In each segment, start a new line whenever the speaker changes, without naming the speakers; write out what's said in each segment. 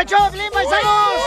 el show, Piolín, paisanos.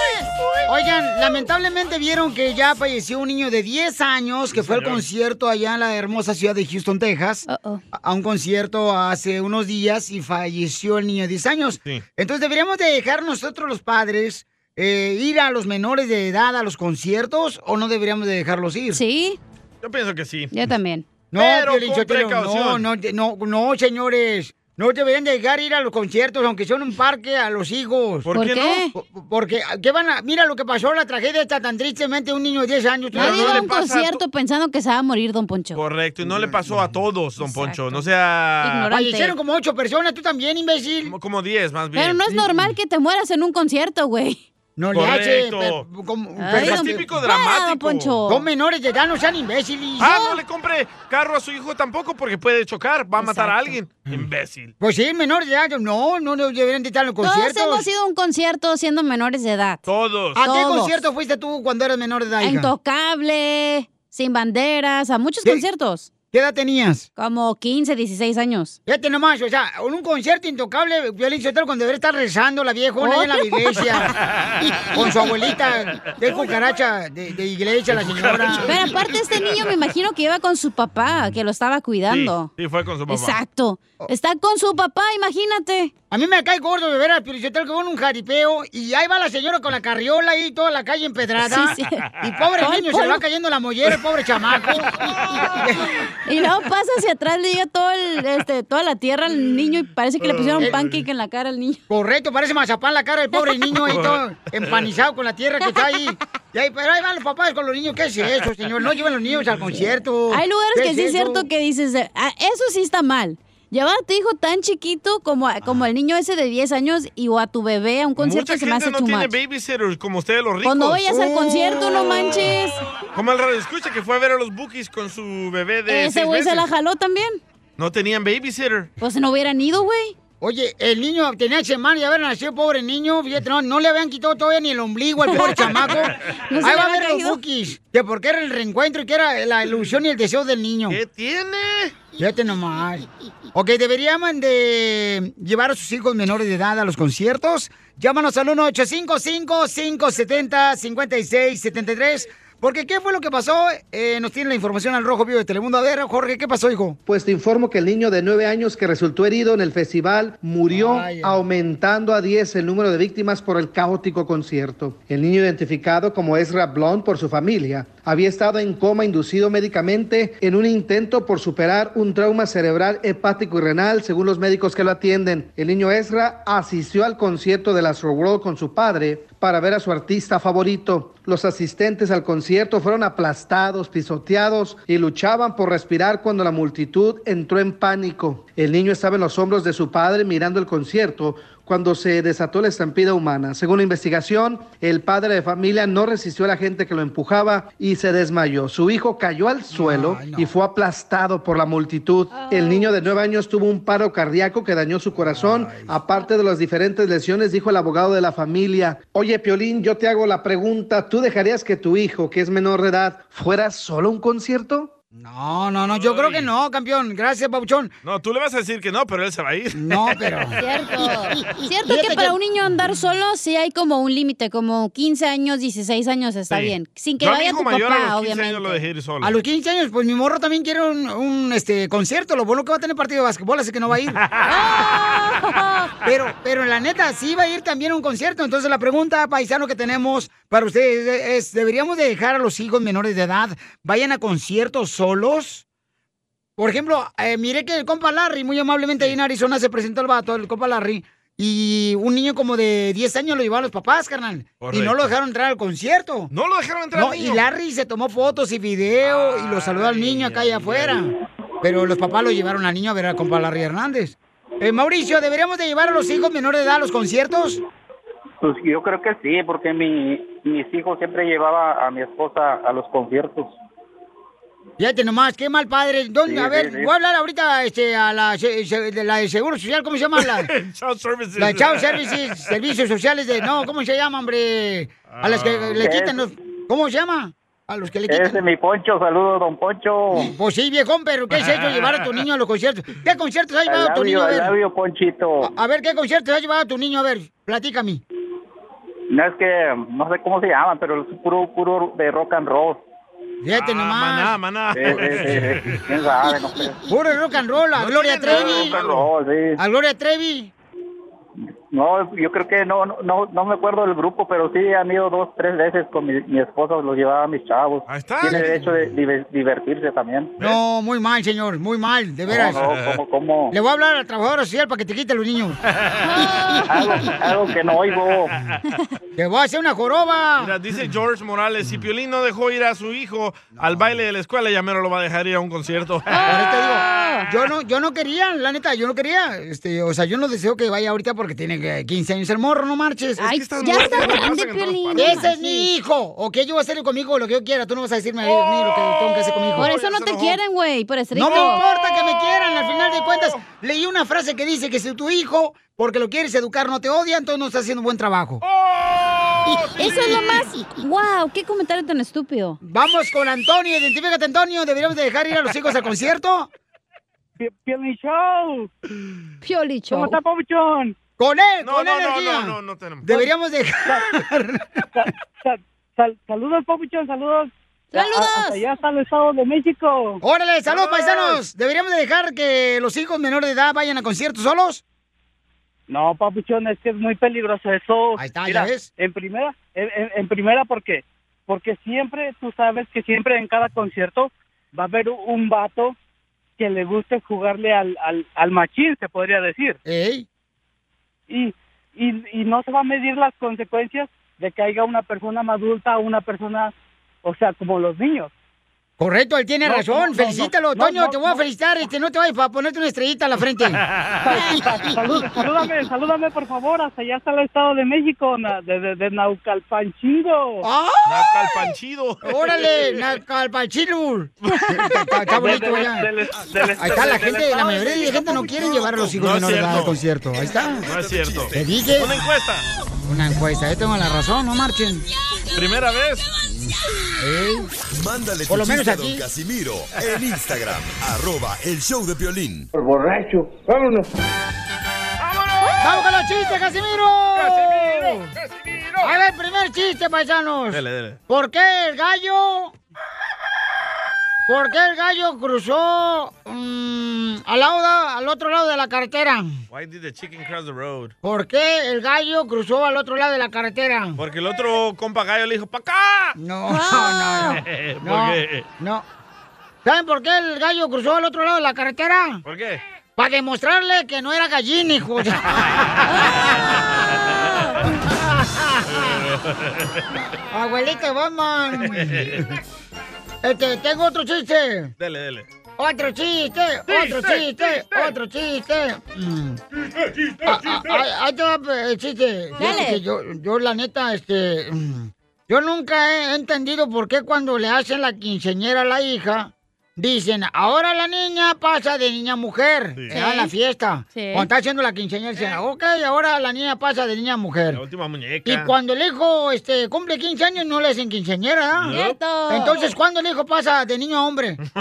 Oigan, lamentablemente vieron que ya falleció un niño de 10 años que fue al concierto allá en la hermosa ciudad de Houston, Texas. A a un concierto hace unos días y falleció el niño de 10 años. Entonces deberíamos de dejar nosotros los padres eh, ir a los menores de edad a los conciertos o no deberíamos de dejarlos ir. Sí.
Yo pienso que sí.
Yo también. No,
Pero
Piolín
con
Sotelo,
precaución.
no, no, de- no, no, señores. No deberían de dejar ir a los conciertos, aunque sea en un parque, a los hijos.
¿Por ¿Por qué qué?
no? Por- Porque, ¿qué van a...? Mira lo que pasó, la tragedia está tan tristemente, un niño de 10 años.
Pero
Nadie
no
va a
le
un
pasa a
concierto.
Cierto, pensando que se va a morir Don Poncho.
Correcto, y no le pasó a todos, don Poncho. No sea.
Fallecieron como ocho personas, tú también, imbécil.
Como 10, más bien.
Pero no es normal que te mueras en un concierto, güey.
No
le hache, Correcto. Pero es
don-
típico
Para,
dramático.
don Poncho. Son menores de edad, no sean imbéciles.
Ah, no le compre carro a su hijo tampoco porque puede chocar, va a matar a alguien. Imbécil.
Pues sí, menores de edad, no, no deberían de estar en los conciertos.
Todos hemos ido a un concierto siendo menores de edad.
Todos.
¿A qué concierto fuiste tú cuando eras menor de edad, hija?
Intocable, sin banderas, a muchos conciertos.
¿Qué edad tenías?
Como 15, 16 años.
Fíjate nomás, o sea, en un concierto intocable, Violín Sotelo, cuando debería estar rezando la viejona allá en la iglesia. con su abuelita, de cucaracha de, de iglesia, la señora.
Pero aparte este niño me imagino que iba con su papá, que lo estaba cuidando.
Sí, sí, fue con su papá.
Exacto. Está con su papá, imagínate.
A mí me cae gordo de ver al Piorizotelo que va en un jaripeo y ahí va la señora con la carriola ahí toda la calle empedrada.
Sí, sí.
Y pobre
Todo el
niño se le va
polvo.
cayendo la mollera, el pobre chamaco.
Y luego pasa hacia atrás, le llega todo el, este, toda la tierra al niño y parece que le pusieron
Eh.
Ay,
pancake en la cara al niño.
Correcto, parece mazapán la cara del pobre niño ahí todo empanizado con la tierra que está ahí. Y ahí, pero ahí van los papás con los niños. ¿Qué es eso, señor? No llevan los niños al concierto.
Hay lugares
¿Qué
que sí es
eso?
cierto que dices, eh, ah, eso sí está mal. Llevar a tu hijo tan chiquito como, a- como el niño ese de 10 años y o a tu bebé a un concierto
Ah. Mucha
se me
gente
hace
no
too
tiene
much.
babysitters como ustedes los ricos. Oh.
Cuando vayas al concierto, no manches.
Como el radio escucha que fue a ver a los Bookies con su bebé de.
Ese
seis
güey se la
meses.
jaló también.
No tenían babysitter.
Pues no hubieran ido, güey.
Oye, el niño tenía semana y haber nacido pobre niño. Fíjate, no, no le habían quitado todavía ni el ombligo al pobre chamaco.
No se
Ahí
le
va a
había
ver los
caído.
bookies. Que porque era el reencuentro y que era la ilusión y el deseo del niño.
¿Qué tiene?
Fíjate nomás. Ok, deberían de llevar a sus hijos menores de edad a los conciertos. Llámanos al 1-855-570-5673. Porque, ¿qué fue lo que pasó? Eh, nos tiene la información al Rojo Vivo de Telemundo. A ver, Jorge, ¿qué pasó, hijo?
Pues te informo que el niño de nueve años que resultó herido en el festival murió
Vaya.
aumentando a 10 el número de víctimas por el caótico concierto. El niño identificado como Ezra Blond por su familia había estado en coma inducido médicamente en un intento por superar un trauma cerebral hepático y renal según los médicos que lo atienden. El niño Ezra asistió al concierto del Astroworld con su padre para ver a su artista favorito. Los asistentes al concierto fueron aplastados, pisoteados y luchaban por respirar cuando la multitud entró en pánico. El niño estaba en los hombros de su padre mirando el concierto cuando se desató la estampida humana. Según la investigación, el padre de familia no resistió a la gente que lo empujaba y se desmayó. Su hijo cayó al suelo y fue aplastado por la multitud. El niño de nueve años tuvo un paro cardíaco que dañó su corazón. Aparte de las diferentes lesiones, dijo el abogado de la familia. Oye, Piolín, yo te hago la pregunta. ¿Tú dejarías que tu hijo, que es menor de edad, fuera solo a un concierto?
No, no, no, yo creo que no, campeón. Gracias, Pauchón.
No, tú le vas a decir que no, pero él se va a ir.
No, pero.
Cierto. Cierto
Fíjate
que para
que-
un niño andar solo sí hay como un límite, como 15 años, 16 años está
Sí.
bien. Sin que
Yo a mi
vaya
hijo
tu
mayor
papá,
a los 15
obviamente.
años lo dejé ir solo.
A los 15 años, pues mi morro también quiere un, un, este, concierto. Lo bueno que va a tener partido de basquetbol, así que no va a ir. pero, pero la neta, sí va a ir también a un concierto. Entonces la pregunta, paisano, que tenemos para ustedes es, ¿deberíamos de dejar a los hijos menores de edad vayan a conciertos solos? Por ejemplo, eh, miré que el compa Larry, muy amablemente ahí en Arizona, se presentó el vato, el compa Larry. Y un niño como de 10 años lo llevaba a los papás, carnal. Y no
Correcto.
lo dejaron entrar al concierto.
No lo dejaron entrar
No,
al
y
niño.
Larry se tomó fotos y video y lo saludó al niño acá allá afuera. Pero los papás lo llevaron al niño a ver al compa Larry Hernández. Eh, Mauricio, ¿deberíamos de llevar a los hijos menores de edad a los conciertos?
Pues yo creo que sí, porque mi, mis hijos siempre llevaba a mi esposa a los conciertos.
Fíjate nomás, qué mal padre. ¿Dónde?
Sí,
a ver,
sí, sí.
voy a hablar ahorita este, a la, se- se- de la de Seguro Social, ¿cómo se llama? La,
Child Services.
la Chao Services, Servicios Sociales de... No, ¿cómo se llama, hombre? A las que le
Ah.
quitan los... ¿Cómo se llama? A los que le quitan...
Ese
este,
es mi Poncho, saludos, don Poncho.
Pues sí, viejón, pero ¿qué es eso llevar a tu niño a los conciertos? ¿Qué conciertos ha
Al
llevado tu niño
labio,
a
al
ver?
labio, Ponchito.
A ver, ¿qué conciertos ha llevado tu niño? A ver, platícame.
No es que, no sé cómo se llama, pero es puro, puro de rock and roll.
Fíjate
nomás. Ah, Maná, maná.
Sí, sí, sí. ¿Quién sabe? No sé.
Puro rock and roll, a
No
Gloria
tiene nada de
Trevi.
Rock and roll, sí.
A Gloria Trevi.
No, yo creo que no, no, no, no me acuerdo del grupo, pero sí han ido dos, tres veces con mi, mi esposa, los llevaba a mis chavos.
Ahí está.
Tiene derecho de diver- divertirse también.
No, muy mal, señor, muy mal, de veras.
No, no, ¿cómo, cómo?
Le voy a hablar al trabajador social para que te quite los niños.
Algo, algo que no oigo.
Te voy a hacer una joroba.
Mira, dice George Morales, si Piolín no dejó ir a su hijo al baile de la escuela, ya mero lo va a dejar ir a un concierto.
Ah, Por eso te digo, yo no, yo no quería, la neta, yo no quería. Este, o sea, yo no deseo que vaya ahorita porque tiene que 15 años el morro, no marches.
Ay,
estás
ya
muy-
está
te la
grande,
pasan en todas
Piolín.
partes.
Ese es mi hijo. O que yo voy a hacer conmigo lo que yo quiera. Tú no vas a decirme a mí lo que tengo que hacer conmigo.
Por eso
Ya
no
se
te
enojó.
quieren, güey, por estricto.
No me importa que me quieran, al final de cuentas leí una frase que dice que si tu hijo, porque lo quieres educar, no te odia, entonces no está haciendo un buen trabajo.
Oh,
Eso es lo más. ¡Wow! ¡Qué comentario tan estúpido!
Vamos con Antonio, identifícate Antonio, deberíamos de dejar ir a los hijos al concierto.
Piolín Show.
Pioli
¿Cómo
Show.
está, Pabuchón?
Con él,
No,
con
no, no,
energía.
no, no, no tenemos.
Deberíamos dejar.
Sa- sal- saludos, Pabuchón, saludos.
¡Saludos!
A- hasta allá está el Estado de México.
Órale, saludos paisanos. Deberíamos de dejar que los hijos menores de edad vayan a conciertos solos.
No, Pabuchón, es que es muy peligroso eso.
Ahí está,
Mira,
ya ves.
En primera, en, en- en primera, ¿por qué? Porque siempre, tú sabes que siempre en cada concierto va a haber un- un vato que le guste jugarle al, al, al machín, se podría decir.
Ey,
y, y, y no se va a medir las consecuencias de que haya una persona más adulta o una persona, o sea, como los niños.
correcto, él tiene
No, no,
razón.
no,
Felicítalo,
no,
Toño,
no,
te voy a
no.
felicitar. Este, no te vayas para ponerte una estrellita a la frente.
Salud- salúdame, salúdame por favor, hasta allá está el Estado de México, na- de, de, de Naucalpanchingo.
¡Ah!
Naca el panchido.
¡Órale! ¡Calpachilur! Está, está
De- de-
bonito allá.
del-
Ahí
del-
está la
del este
gente, la
Estado de
mayoría de
México.
gente no quiere llevar a los hijos
No es
menores de edad al
cierto.
concierto. Ahí está.
No es cierto.
Te dije
Una encuesta.
una encuesta, yo tengo la razón, no marchen.
Primera vez.
Ey,
Mándale tu
Por lo
chiste
menos
a don
aquí.
Casimiro en Instagram, arroba el show de Piolín.
Borracho. Vámonos.
¡Vamos con los chistes, Casimiro!
¡Casimiro! ¡Casimiro!
A ver, primer chiste, paisanos.
Dele, dele.
¿Por qué el gallo? ¿Por qué el gallo cruzó mm, al, lado de- al otro lado de la carretera?
Why did the chicken cross the road?
¿Por qué el gallo cruzó al otro lado de la carretera?
Porque el otro compa gallo le dijo, ¡pa' acá!
No, no, no.
¿Por
No,
qué?
no. ¿Saben por qué el gallo cruzó al otro lado de la carretera?
¿Por qué?
Para demostrarle que no era gallina, hijo. de- Abuelita Batman. Este, tengo otro chiste.
Dele, dele.
Otro chiste, otro chiste, otro chiste. Mm. Ah, ah, ah, Ahí te va eh, el chiste. Fíjate
Dale.
que Yo, yo, la neta, este. mm, Yo nunca he entendido por qué cuando le hacen la quinceñera a la hija, dicen, ahora la niña pasa de niña a mujer.
Sí.
eh, a la
Sí.
fiesta.
Sí.
Cuando está haciendo la quinceñera, dicen, ok, ahora la niña pasa de niña a
La
mujer.
última muñeca.
Y cuando el hijo este, cumple 15 años, no le hacen quinceñera. ¿ah?
¡Cierto!
Entonces, ¿cuándo el hijo pasa de niño a hombre?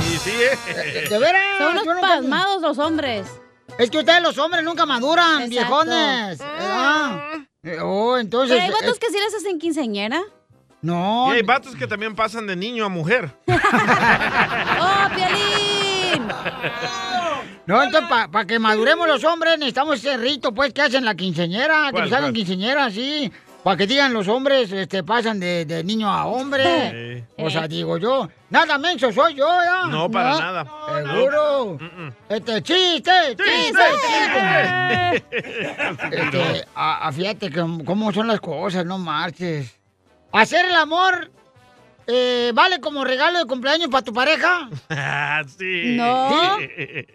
Y sí, eh.
De veras.
Son
yo
unos
nunca-
pasmados los hombres.
Es que ustedes los hombres nunca maduran,
Exacto.
viejones. Ah. Eh, Oh, entonces.
Pero hay
eh,
vatos que sí les hacen quinceñera.
No.
Y hay vatos que también pasan de niño a mujer.
¡Oh, Piolín!
No, entonces, para que maduremos los hombres, necesitamos ese rito, pues, que hacen la quinceñera, que
¿Cuál,
nos hagan
cuál?
quinceñera, sí. Para que digan los hombres, este, pasan de, de niño a hombre.
Eh,
O sea, digo yo. Nada menso soy yo, ¿ya?
No, para nada.
Seguro.
Mm-mm.
Este, chiste, chiste, chiste.
¡Eh!
Este, a- a- fíjate que, cómo son las cosas, no marches. Hacer el amor eh, vale como regalo de cumpleaños para tu pareja.
Ah, sí.
No.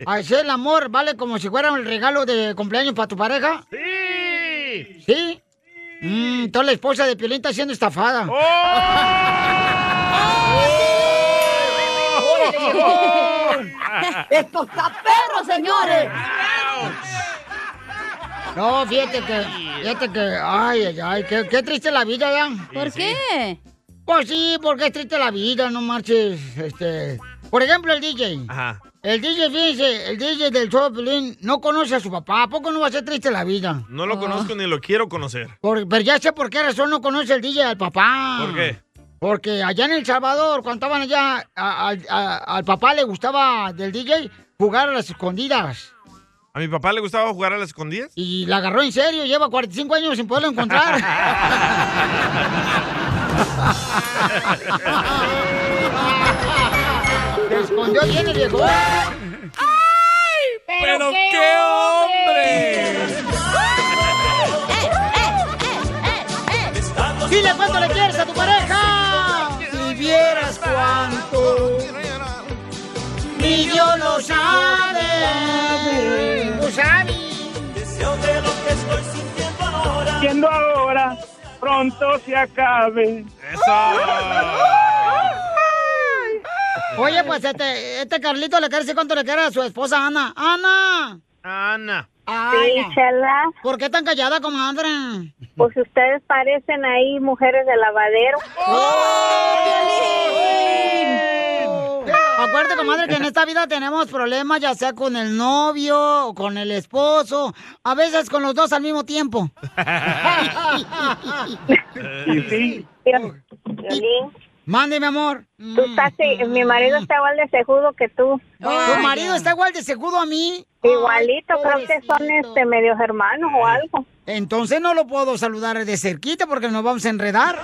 Hacer el amor vale como si fuera un regalo de cumpleaños para tu pareja.
Sí.
¿Sí? Mm, entonces la esposa de Piolín está siendo estafada.
Oh. ¡Esto está perro, señores!
No, fíjate que, fíjate que, ay, ay, ay, qué, qué triste la vida, ya.
¿Por qué?
Pues sí, porque es triste la vida, no marches. Este, por ejemplo, el DJ.
Ajá.
El DJ, fíjense, el DJ del show de Piolín no conoce a su papá. ¿A poco no va a ser triste la vida? Ah.
No lo conozco ni lo quiero conocer.
Por- pero ya sé por qué razón no conoce el DJ al papá.
¿Por qué?
Porque allá en El Salvador, cuando estaban allá, a- a- a- al papá le gustaba del DJ jugar a las escondidas.
¿A mi papá le gustaba jugar a las escondidas?
Y la agarró en serio, lleva 45 años sin poderlo encontrar. Se escondió bien el viejo. ¿eh?
¡Pero qué hombre!
Dile cuánto le quieres a tu pareja. Si vieras cuánto. Ni yo lo sabe. Tú sabes.
Siendo ahora, pronto se acabe.
Oye, pues este, este Carlito le quiere decir cuánto le quiere a su esposa Ana. ¡Ana!
Ana.
Ana.
chela.
¿Por qué tan callada, comadre?
Pues ustedes parecen ahí mujeres de lavadero.
Oh, Acuérdate, comadre, que en esta vida tenemos problemas, ya sea con el novio, o con el esposo, a veces con los dos al mismo tiempo.
Y sí, Mm.
Piolín,
Mande, mi amor.
tú estás, mi marido está igual de segudo que tú.
¿Tu marido está igual de segudo a mí?
Igualito, creo que son este medios hermanos o algo.
Entonces no lo puedo saludar de cerquita porque nos vamos a enredar.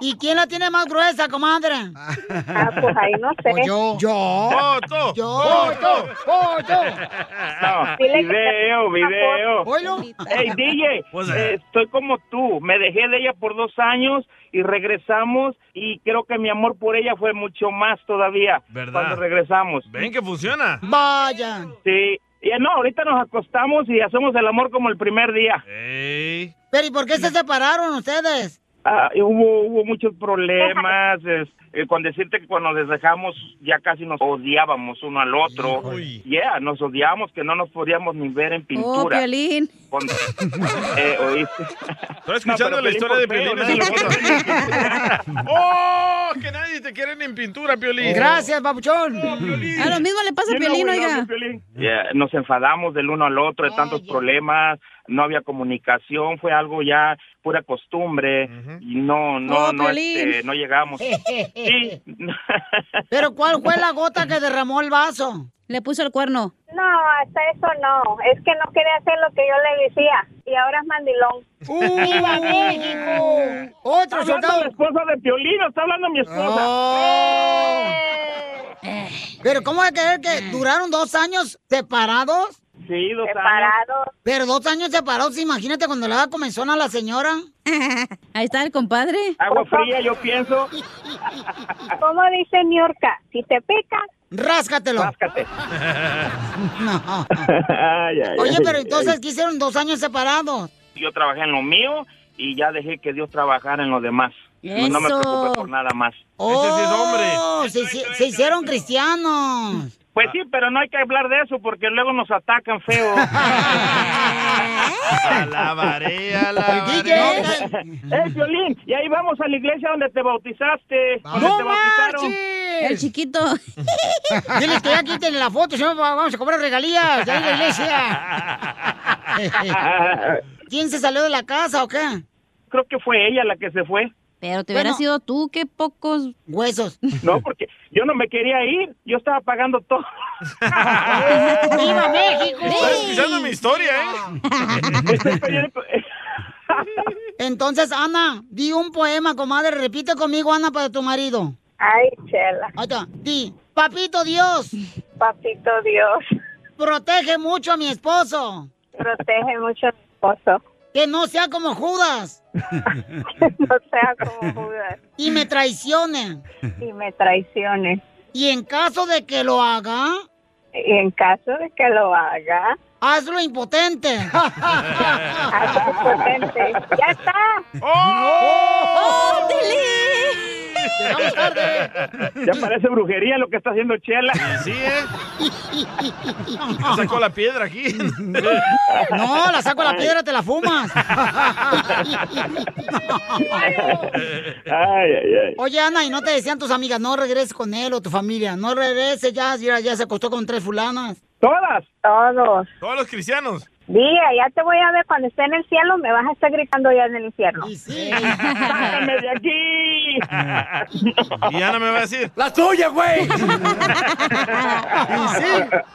¿Y quién la tiene más gruesa, comadre?
Ah, pues ahí no sé.
Pues yo. Yo.
¡Foto!
Yo.
¡Foto!
¡Foto!
no,
Dile que-
video, video.
Oilo.
Hey, DJ,
Pues,
eh, estoy como tú. Me dejé de ella por dos años y regresamos y creo que mi amor por ella fue mucho más todavía
¿Verdad?
cuando regresamos.
Ven que funciona.
Vaya.
Sí. Y eh, no, ahorita nos acostamos y hacemos el amor como el primer
Eh.
día.
Ey.
Pero ¿y por qué se separaron ustedes?
Ah, y hubo, hubo muchos problemas. es- eh, con decirte que cuando nos dejamos ya casi nos odiábamos uno al otro.
Uy.
Yeah, nos odiábamos que no nos podíamos ni ver en
Oh,
pintura.
Piolín.
Con- eh, ¿oíste?
Estoy escuchando
No, pero
la historia de
Piolín
Piolín.
por
es
feo,
otra cosa. ¡Oh! Que nadie te quiere ni en pintura, Piolín.
Gracias, papuchón.
A lo mismo le pasa a
Bien
Piolín,
abuelado,
oiga.
Piolín. Ya, nos enfadamos del uno al otro
Oh,
de tantos problemas, no había comunicación, fue algo ya pura costumbre y no no
Oh,
no
Piolín.
este, no llegamos.
Eh,
Sí.
Pero ¿cuál fue la gota que derramó el vaso?
Le puso el cuerno.
No, hasta eso no. Es que no quería hacer lo que yo le decía. Y ahora es mandilón.
¡Viva México! Otro
¿Está hablando la
soldado.
esposa de Piolín, o está hablando mi esposa.
¡Oh! Pero ¿cómo va a creer que duraron dos años separados?
Sí, dos años.
Separados.
Pero dos años separados, imagínate cuando le da comenzón a la señora.
Ahí está el compadre.
Agua fría, yo pienso.
¿Cómo dice Niorca? Si te pica,
Ráscatelo.
Páscate.
No.
Ay, ay,
Oye,
ay,
pero
ay.
entonces, ¿qué hicieron dos años separados?
yo trabajé en lo mío y ya dejé que Dios trabajara en lo demás. No, no me
Eso.
preocupé por nada más.
sí es
¡Oh!
hombre.
Se, hici- se hicieron cristianos.
Pues sí, pero no hay que hablar de eso porque luego nos atacan feo.
Alabaré, alabaré.
El DJ.
¡Eh, Violín! Y ahí vamos a la iglesia donde te bautizaste. Donde te
¡No
bautizaron.
El
marches!
chiquito.
Diles que ya quiten la foto, si no va- vamos a cobrar regalías. Ya en la iglesia.
Ah,
¿Quién se salió de la casa o qué?
creo que fue ella la que se fue.
Pero te hubiera
Bueno.
sido tú, qué pocos.
Huesos.
No, porque yo no me quería ir. Yo estaba pagando todo.
¡Viva México!
Estás escuchando mi historia, ¿eh?
Estoy perdiendo-
Entonces, Ana, di un poema, comadre. Repite conmigo, Ana, para tu marido.
ay, chela,
Ahí está. Di, papito Dios,
papito Dios,
protege mucho a mi esposo.
protege mucho a mi esposo.
Que no sea como Judas
No sea como Judas
y me traicione.
y me traicione.
Y en caso de que lo haga,
Y en caso de que lo haga,
hazlo impotente.
hazlo potente. ¡Ya está!
¡Oh!
¡Ándele!
Llegamos tarde.
Ya parece brujería lo que está haciendo Chela.
Sí, Ya sacó la piedra aquí.
No, la saco a la piedra, te la fumas.
Ay, ay, ay.
Oye, Ana, y no te decían tus amigas, no regreses con él o tu familia. No regreses, ya, ya, ya se acostó con tres fulanas.
¿Todas?
Todos.
Todos los cristianos.
Mira, ya te voy a ver cuando esté en el cielo, me vas a estar gritando ya en el infierno.
¡Sácame de aquí!
Y Ana me va a decir,
¡La tuya, güey!
Y sí,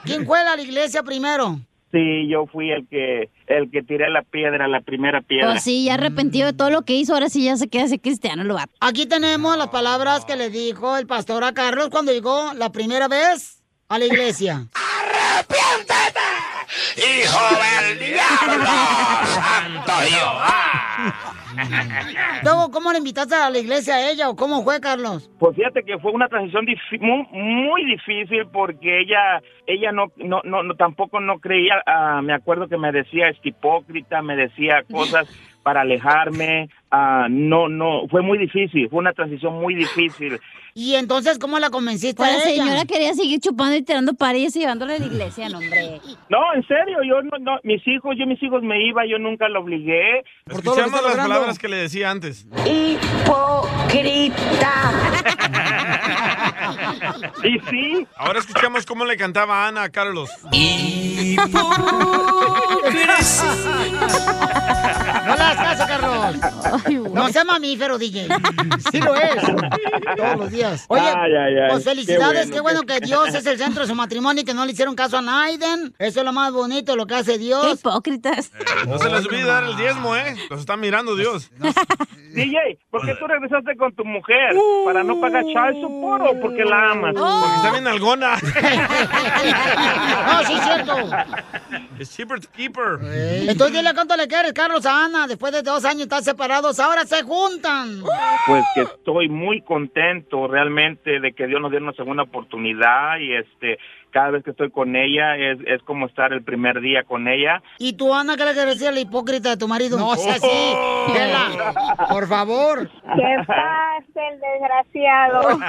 ¿quién fue a la iglesia primero?
Sí, yo fui el que el que tiré la piedra, la primera piedra.
Pues sí, ya arrepentido de todo lo que hizo, ahora sí ya se queda ese cristiano lo va.
Aquí tenemos las palabras que le dijo el pastor a Carlos cuando llegó la primera vez a la iglesia.
¡Hijo del diablo! ¡Santo
Luego, ¿cómo le invitaste a la iglesia a ella o cómo fue, Carlos?
Pues fíjate que fue una transición difi- mu- muy, difícil porque ella ella no no, no, no- tampoco no creía, ah, me acuerdo que me decía es hipócrita, me decía cosas para alejarme, ah, no no, fue muy difícil, fue una transición muy difícil.
Y entonces, ¿cómo la convenciste
Pues
a
la
ella?
señora quería seguir chupando y tirando parillas y llevándole a la iglesia, no, hombre.
No, en serio, yo no, no, mis hijos, yo mis hijos me iba, yo nunca lo obligué.
escuchamos las palabras que le decía antes.
Hipócrita. Y sí.
Ahora escuchamos cómo le cantaba Ana a Carlos.
No le hagas caso, Carlos. No sea mamífero, DJ. Sí lo es. Todos los días. Oye,
Ay, ay, ay,
pues
qué
felicidades. Qué bueno,
bueno.
que Dios es el centro de su matrimonio y que no le hicieron caso a Naiden. Eso es lo más bonito, lo que hace Dios. Qué
hipócritas.
Eh, No se les olvide dar el diezmo, ¿eh? Los está mirando Dios.
DJ, ¿por qué tú regresaste con tu mujer? ¿Para no pagar child support o porque la amas?
Porque está bien algona.
No, sí es cierto.
Es cheaper to keeper.
Entonces dile cuánto le quieres, Carlos, a Ana. Después de dos años están separados, ahora se juntan.
Pues que estoy muy contento realmente de que Dios nos dio una segunda oportunidad y este cada vez que estoy con ella es, es como estar el primer día con ella.
¿Y tú, Ana, qué le quieres decir a la hipócrita de tu marido? No sea así. Chela, Por favor.
¿Qué pasa, el desgraciado?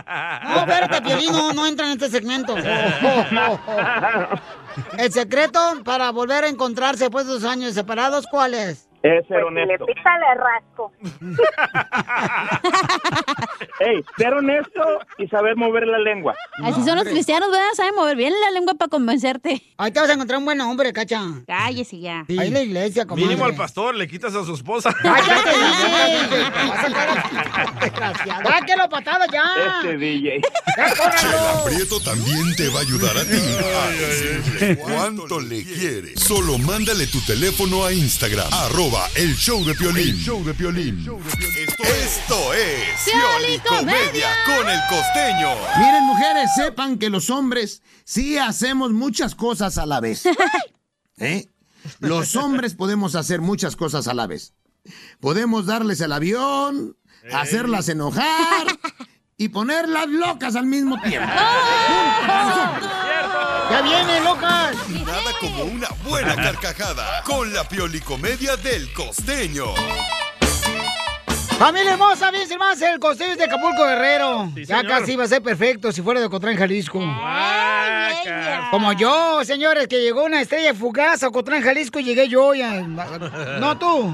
No, espérate, Piolín, no, no entra en este segmento. El secreto para volver a encontrarse después de dos años separados, ¿cuál es?
Es ser
Pues si le
honesto.
pita, le rasco.
Ey, ser honesto y saber mover la lengua.
Así son los cristianos, ¿verdad? Saben mover bien la lengua para convencerte.
Ahí te vas a encontrar un buen hombre, cacha.
Cállese ya.
Ahí en la iglesia, comadre.
Mínimo al pastor, le quitas a su esposa.
¡Cállate, DJ! Vas a sacar a- Desgraciado. ¡Dáquelo patada ya!
Este DJ.
¡Ya
Chela
córralo!
Prieto también te va a ayudar a ti. a decirle ¿Cuánto le quieres? Solo mándale tu teléfono a Instagram. Arroba el show de Piolín. show de Piolín. Esto es
Pioli
Comedia con el Costeño.
Miren, mujeres, sepan que los hombres sí hacemos muchas cosas a la vez. ¿Eh? Los hombres podemos hacer muchas cosas a la vez. Podemos darles el avión, hacerlas enojar y ponerlas locas al mismo tiempo.
¡Ya viene, locas!
Nada como una buena carcajada con la piolicomedia del costeño.
Familia hermosa, bien más el costeño es de Acapulco Guerrero.
Sí,
ya
señor.
casi iba a ser perfecto si fuera de Cotrán, Jalisco. Como yo, señores, que llegó una estrella fugaz a Ocotlán, Jalisco y llegué yo. y a- No tú.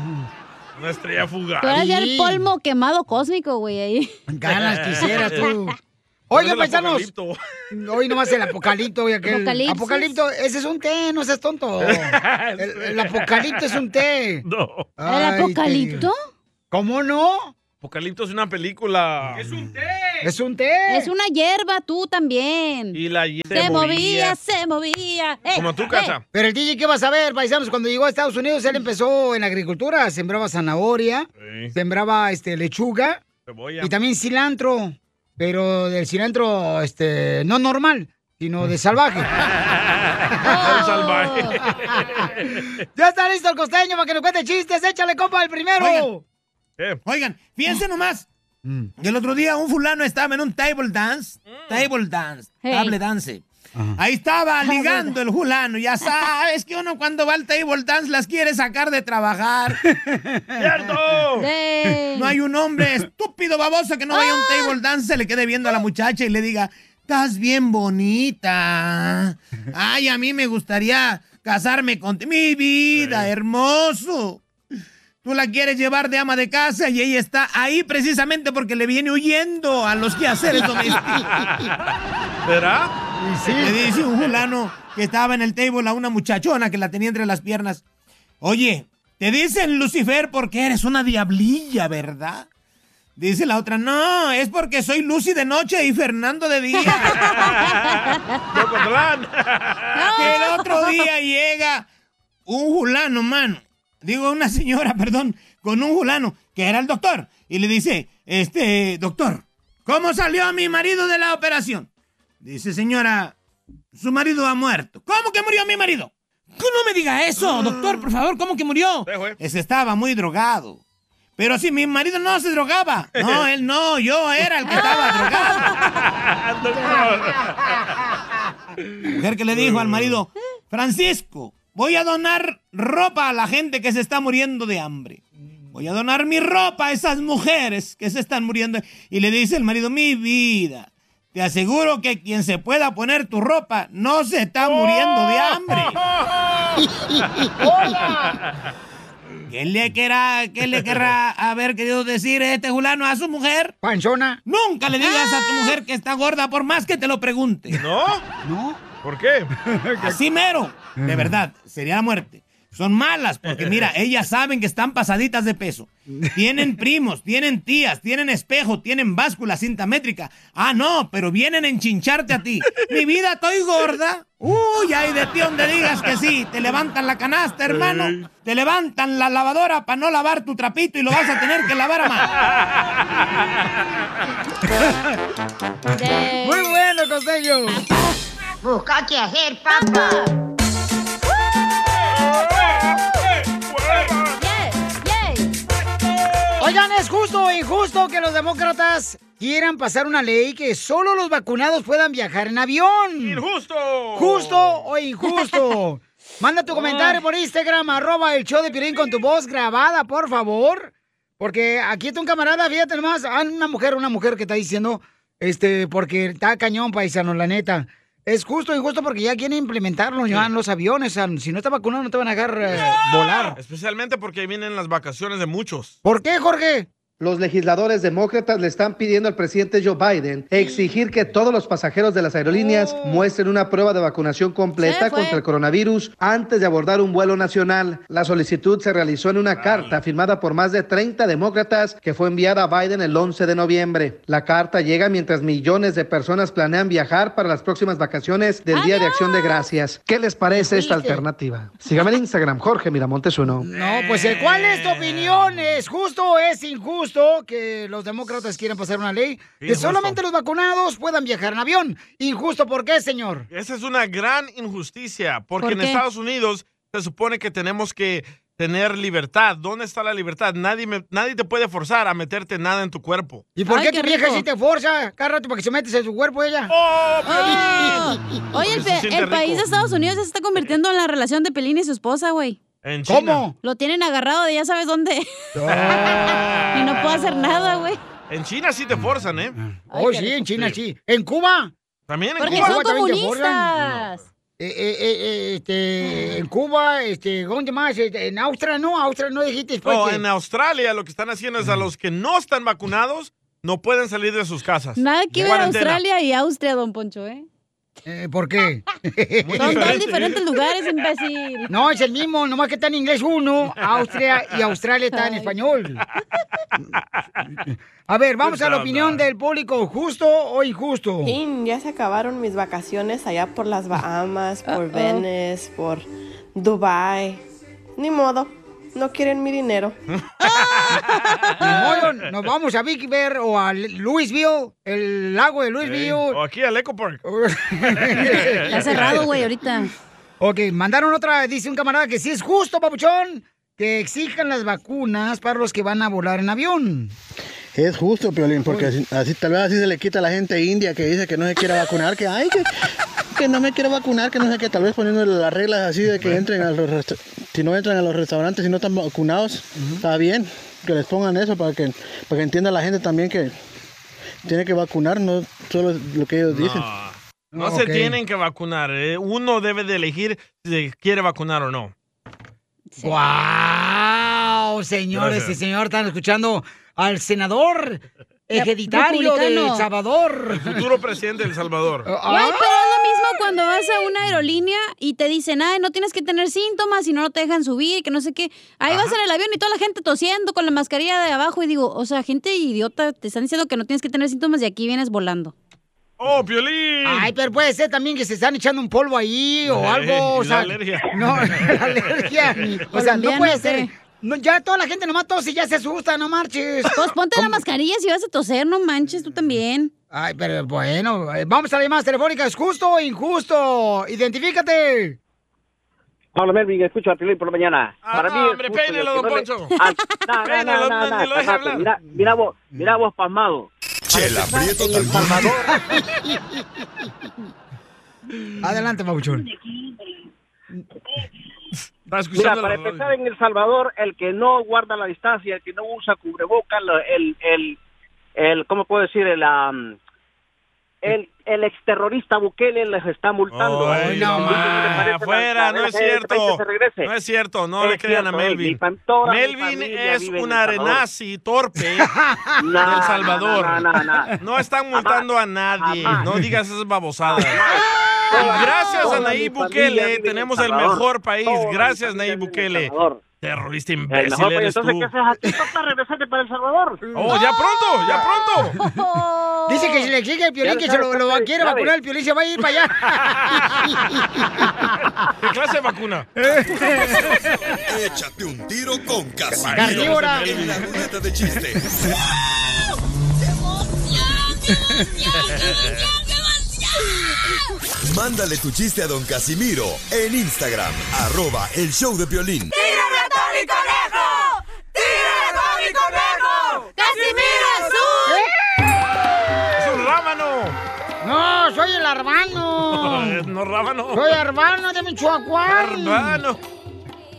Una estrella fugaz.
Tú eras ya el
Sí.
polvo quemado cósmico, güey, ahí.
Ganas quisieras tú.
Eres
Oigan,
el
paisanos.
apocalipto.
Hoy nomás el apocalipto y aquel.
Apocalipsis.
Apocalipto, ese es un té, no seas tonto. El, el apocalipto es un té.
No.
Ay, te-
apocalipto?
¿Cómo no?
Apocalipto es una película. Es un
Es un té.
Es una hierba, tú también.
Y la
Se, movía, se movía. ¡Eh!
Como tú,
¡Eh!
casa.
Pero el DJ, ¿qué vas a ver, paisanos? Cuando llegó a Estados Unidos, él empezó en agricultura. Sembraba zanahoria, sembraba este, lechuga
Cebolla.
y también cilantro. Pero del cilantro, este, no normal, sino de salvaje.
Un salvaje.
ya está listo el costeño para que nos cuente chistes. Échale, compa, el primero.
Oigan. Oigan, fíjense nomás.
Mm.
El otro día un fulano estaba en un table dance, table dance,
Hey.
table dance.
Ahí estaba ligando el julano. Ya sabes que uno cuando va al table dance las quiere sacar de trabajar. ¡Cierto!
Sí.
No hay un hombre estúpido baboso que no vaya a un table dance, se le quede viendo a la muchacha y le diga, estás bien bonita. Ay, a mí me gustaría casarme con Mi vida, hermoso. Tú la quieres llevar de ama de casa y ella está ahí precisamente porque le viene huyendo a los quehaceres domésticos.
¿Será?
Le dice un fulano que estaba en el table a una muchachona que la tenía entre las piernas. Oye, te dicen Lucifer porque eres una diablilla, ¿verdad? Dice la otra, no, es porque soy Lucy de noche y Fernando de día. Que el otro día llega un fulano, mano. Digo, una señora, perdón, con un fulano, que era el doctor. Y le dice, este, doctor, ¿cómo salió mi marido de la operación? Dice, señora, su marido ha muerto. ¿Cómo que murió mi marido? ¡Que No me diga eso, doctor, por favor, ¿cómo que murió? Ese estaba muy drogado. Pero si mi marido no se drogaba. No, él no, yo era el que estaba Ah. drogado. Mujer que le dijo al marido, Francisco, voy a donar ropa a la gente que se está muriendo de hambre. Voy a donar mi ropa a esas mujeres que se están muriendo. Y le dice el marido, mi vida, te aseguro que quien se pueda poner tu ropa no se está muriendo de hambre. ¿Qué le querrá, qué le querrá haber querido decir este fulano a su mujer?
Panchona.
Nunca le digas a tu mujer que está gorda por más que te lo pregunte. Ah. ¿No? ¿No? ¿Por qué? Así mero. De verdad, sería la muerte. Son malas porque mira, ellas saben que están pasaditas de peso. Tienen primos, tienen tías, tienen espejo, tienen báscula, cinta métrica. Ah, no, pero vienen a enchincharte a ti. Mi vida, estoy gorda. Uy, ay de ti donde digas que sí. Te levantan la canasta, hermano. Te levantan la lavadora para no lavar tu trapito y lo vas a tener que lavar a mano.
Muy bueno, costeño.
Busca
é?
qué hacer, papá.
Uh! Oigan, ¿es justo o injusto que los demócratas quieran pasar una ley que solo los vacunados puedan viajar en avión? ¡Injusto! ¿Justo o injusto? Manda tu comentario por Instagram, arroba el show de Pirín con tu voz grabada, por favor. Porque aquí está un camarada, fíjate nomás, ah, una mujer, una mujer que está diciendo, este, porque está cañón, paisano, la neta. Es justo o injusto porque ya quieren implementarlo ya en los aviones. o sea, si no está vacunado no te van a dejar eh, volar.
Especialmente porque vienen las vacaciones de muchos.
¿Por qué, Jorge?
Los legisladores demócratas le están pidiendo al presidente Joe Biden exigir que todos los pasajeros de las aerolíneas
Oh.
muestren una prueba de vacunación completa contra el coronavirus antes de abordar un vuelo nacional. La solicitud se realizó en una carta firmada por más de 30 demócratas que fue enviada a Biden el 11 de noviembre. La carta llega mientras millones de personas planean viajar para las próximas vacaciones del Día de Acción de Gracias. ¿Qué les parece esta alternativa? Sígame en Instagram, Jorge Miramontes uno.
No, pues eh, ¿cuál es tu opinión? ¿Es justo o es injusto que los demócratas quieran pasar una ley que
Injusto.
solamente los vacunados puedan viajar en avión? ¿Injusto por qué, señor?
Esa es una gran injusticia, porque
¿Por
en
qué?
Estados Unidos se supone que tenemos que tener libertad. ¿Dónde está la libertad? Nadie, me- nadie te puede forzar a meterte nada en tu cuerpo.
¿Y por qué tu vieja sí te forza? Cada rato para que se metes en su cuerpo ella.
Oh. Oye, el,
Se
pe-
siente
el
rico.
país de Estados Unidos ya se está convirtiendo en la relación de Pelín y su esposa, güey.
En China.
¿Cómo?
Lo tienen agarrado de ya sabes dónde. y no puedo hacer nada, güey.
En China sí te forzan, ¿eh?
Oh, sí, en China sí. ¿En Cuba?
También en
Porque
Cuba.
son comunistas. Eh, eh, eh, eh, este, en Cuba, este, ¿dónde más? Este, En Austria no, Austria no dijiste después.
No,
que-
en Australia lo que están haciendo
Mm.
es a los que no están vacunados no pueden salir de sus casas.
Nada que ver
Cuarentena.
Australia y Austria, don Poncho, ¿eh?
Eh, ¿Por qué?
Son dos diferentes lugares, imbécil.
No, es el mismo, nomás que está en inglés uno, Austria y Australia está en
Ay.
español. A ver,
Pues
vamos a la opinión del público, justo o injusto.
Fin, ya se acabaron mis vacaciones allá por las Bahamas, por
Uh-oh.
Venice, por Dubai. Ni modo, no quieren mi dinero.
Ni modo, nos vamos a Big Bear o a Louisville, el lago de Louisville.
O aquí al Eco Park.
Está
cerrado, güey, ahorita.
Ok, mandaron otra, dice un camarada que sí es justo, papuchón, que exijan las vacunas para los que van a volar en avión.
Es justo, Piolín, porque así, así- tal vez así se le quita a la gente india que dice que no se quiere vacunar, que ay, que que no me quiero vacunar, que no sé qué, tal vez poniendo las reglas así de que entren a los resta- si no entran a los restaurantes si no están vacunados, está bien que les pongan eso para que para que entienda la gente también que tiene que vacunar, no solo lo que ellos dicen.
No
Ah,
se
ok.
tienen que vacunar. eh, Uno debe de elegir si se quiere vacunar o no.
¡Wow! Señores
Gracias.
y señor, están escuchando al senador hereditario de
republicano.
El Salvador.
El futuro presidente de El Salvador.
Güey,
Ah,
pero es lo mismo cuando vas a una aerolínea y te dicen, ay, no tienes que tener síntomas y no, no te dejan subir, que no sé qué. Ahí vas en el avión y toda la gente tosiendo con la mascarilla de abajo y digo, o sea, gente idiota, te están diciendo que no tienes que tener síntomas y aquí vienes volando.
¡Oh, Piolín!
Ay, pero puede ser también que se están echando un polvo ahí o
Eh,
algo. O
la
sea,
alergia.
No, la alergia. O sea, no
Colombiana,
puede ser.
sí.
No, ya toda la gente nomás tose y ya se asusta, no marches.
Pues ponte la mascarilla si vas a toser, no manches, tú también.
Ay, pero bueno, eh, vamos a las llamadas telefónicas. ¿Justo o injusto? Identifícate. Ah,
Pablo Melvin, escucho a Piolín por la mañana. Para mí es
Ah, hombre,
justo
pénelo,
que
don
no le-
Poncho.
Ah, no, no,
Pénelo,
no, no,
ni lo deje
calmate.
hablar.
Mira, mira vos, mira vos pasmado.
Chela Prieto también.
Adelante, Pabuchón.
Mira,
escuchando
para
la radio.
empezar en El Salvador, el que no guarda la distancia, el que no usa cubreboca, la- el, el, el, ¿cómo puedo decir? El, am, el, el exterrorista Bukele les está multando.
Ay, no
Entonces, ¿qué te
más,
parece la-
afuera,
la-
no es
la- la- la- la-
cierto.
se regrese?
No es cierto, no
Es
le crean a
cierto, Melvin,
Melvin.
pan- toda mi
Melvin
familia
es
vive en
un
El Salvador.
arenazi torpe
No,
de El Salvador.
no, no, no, no.
están multando a nadie.
Jamás.
No digas esas babosadas. Y gracias a
Toda mi
Nayib
familia vive
Bukele
en El
tenemos el
Salvador.
mejor país.
Toda mi
Gracias, Nayib Bukele. Terrorista
El mejor
imbécil
país.
eres tú.
Entonces, ¿qué haces aquí? Toca regresarte para El Salvador.
Oh, ya pronto, ya pronto.
Dice que si le exige el
Ya
piolín que se
sabes,
lo, lo
compadre,
quiere
sabe.
vacunar, el piolín se va a ir para allá.
¿Qué clase de vacuna?
Eh.
Échate un tiro con Casimiro
Carnívora.
en la ruleta de chistes. Mándale tu chiste a don Casimiro en Instagram, arroba el show de violín.
¡Tírame a Tony Conejo! ¡Tírame a Tony Conejo! ¡Casimiro es
¡Es un rábano!
No, soy el Arbano.
No, rábano.
Soy Arbano de Michoacán.
Arbano.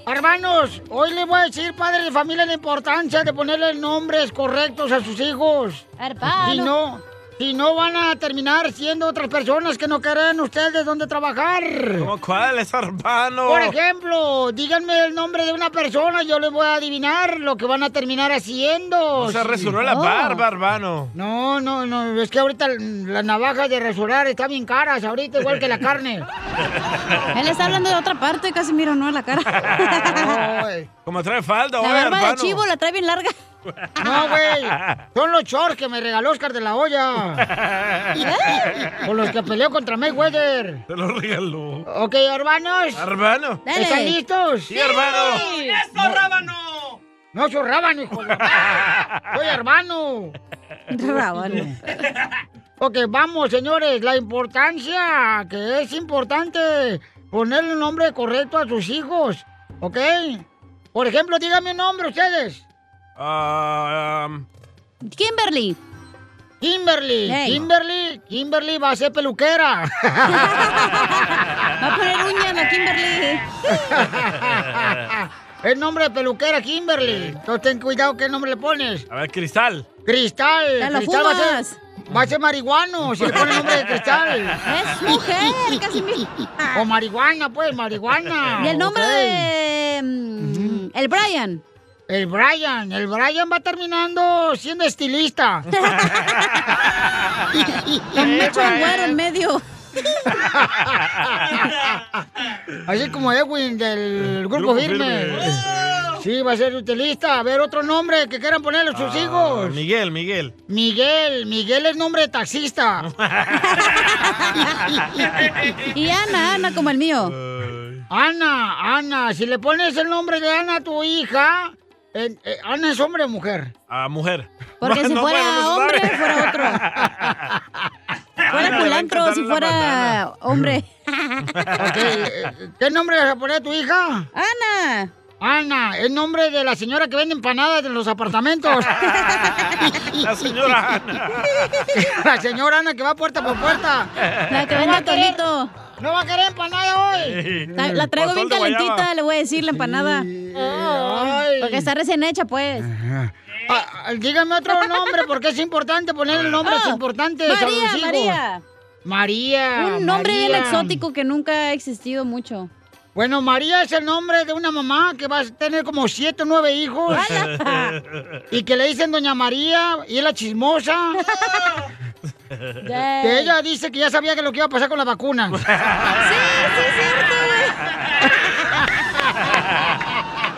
Hermanos, hoy les voy a decir, padres de familia, la importancia de ponerle nombres correctos a sus hijos.
Hermano.
Si no, si no van a terminar siendo otras personas que no querrán ustedes donde trabajar.
¿Cómo cuál es Arbano?
Por ejemplo, díganme el nombre de una persona, yo les voy a adivinar lo que van a terminar haciendo.
O sea,
Sí.
resurró la
No.
barba, Arbano.
No, no, no, es que ahorita las navajas de rasurar están bien caras, ahorita igual que la carne.
Él está hablando de otra parte, casi miro, no, la cara.
Como trae falda,
la
oye,
barba de
Arbano.
chivo la trae bien larga.
No, güey. Son los shorts que me regaló Oscar de la Hoya. Con los que peleó contra Mayweather.
Te lo regaló.
Ok, hermanos.
Arbano. Dale.
¿Están listos?
Sí, hermano.
¡Eso, rábano! No, soy rábano, hijo. de- Soy hermano.
Rábano.
Ok, vamos, señores. La importancia, que es importante ponerle un nombre correcto a sus hijos. ¿Ok? Por ejemplo, díganme un nombre ustedes.
Ah, um,
Kimberly.
Kimberly.
Hey.
Kimberly. Kimberly va a ser peluquera.
Va a poner uña la Kimberly.
El nombre de peluquera Kimberly. Entonces ten cuidado qué nombre le pones.
Eh. a ver, Cristal.
Cristal.
Te lo
Cristal va a
fumas.
ser. Va a ser marihuano si le pone el nombre de cristal.
Es mujer, casi mi-
O marihuana, pues, marihuana.
Y el nombre
ok.
de. mm, El Brian.
El Brian, el Brian va terminando siendo estilista.
Con
Eh,
mucho güero en medio.
Así como Edwin
Eh,
del Grupo,
Grupo
Firme. Eh,
Firme.
Sí, va a ser utilista. A ver, otro nombre que quieran ponerle a sus
Ah,
hijos.
Miguel, Miguel.
Miguel, Miguel es nombre de taxista.
Y Ana, Ana como el mío.
Ana, Ana, si le pones el nombre de Ana a tu hija, eh, eh, Ana es hombre o mujer.
Ah, mujer.
Porque si fuera hombre, fuera otro. Fuera culantro, si fuera hombre.
Ok, eh, ¿Qué nombre le vas a poner a tu hija?
Ana.
Ana, el nombre de la señora que vende empanadas en los apartamentos.
La señora Ana.
la señora Ana que va puerta por puerta.
La que
¿Cómo
vende
va a querer-
atolito.
No va a querer empanada hoy.
La, la traigo bien calentita, le voy a decir la empanada.
ay.
Porque está recién hecha, pues.
Ah, ah, dígame otro nombre, porque es importante poner nombres
Ah,
importantes.
María,
abusivos.
María.
María.
Un nombre bien
María.
exótico que nunca ha existido mucho.
Bueno, María es el nombre de una mamá que va a tener como siete o nueve hijos. y que le dicen Doña María y es la chismosa. Que ella dice que ya sabía que lo que iba a pasar con la vacuna. sí, sí, es cierto,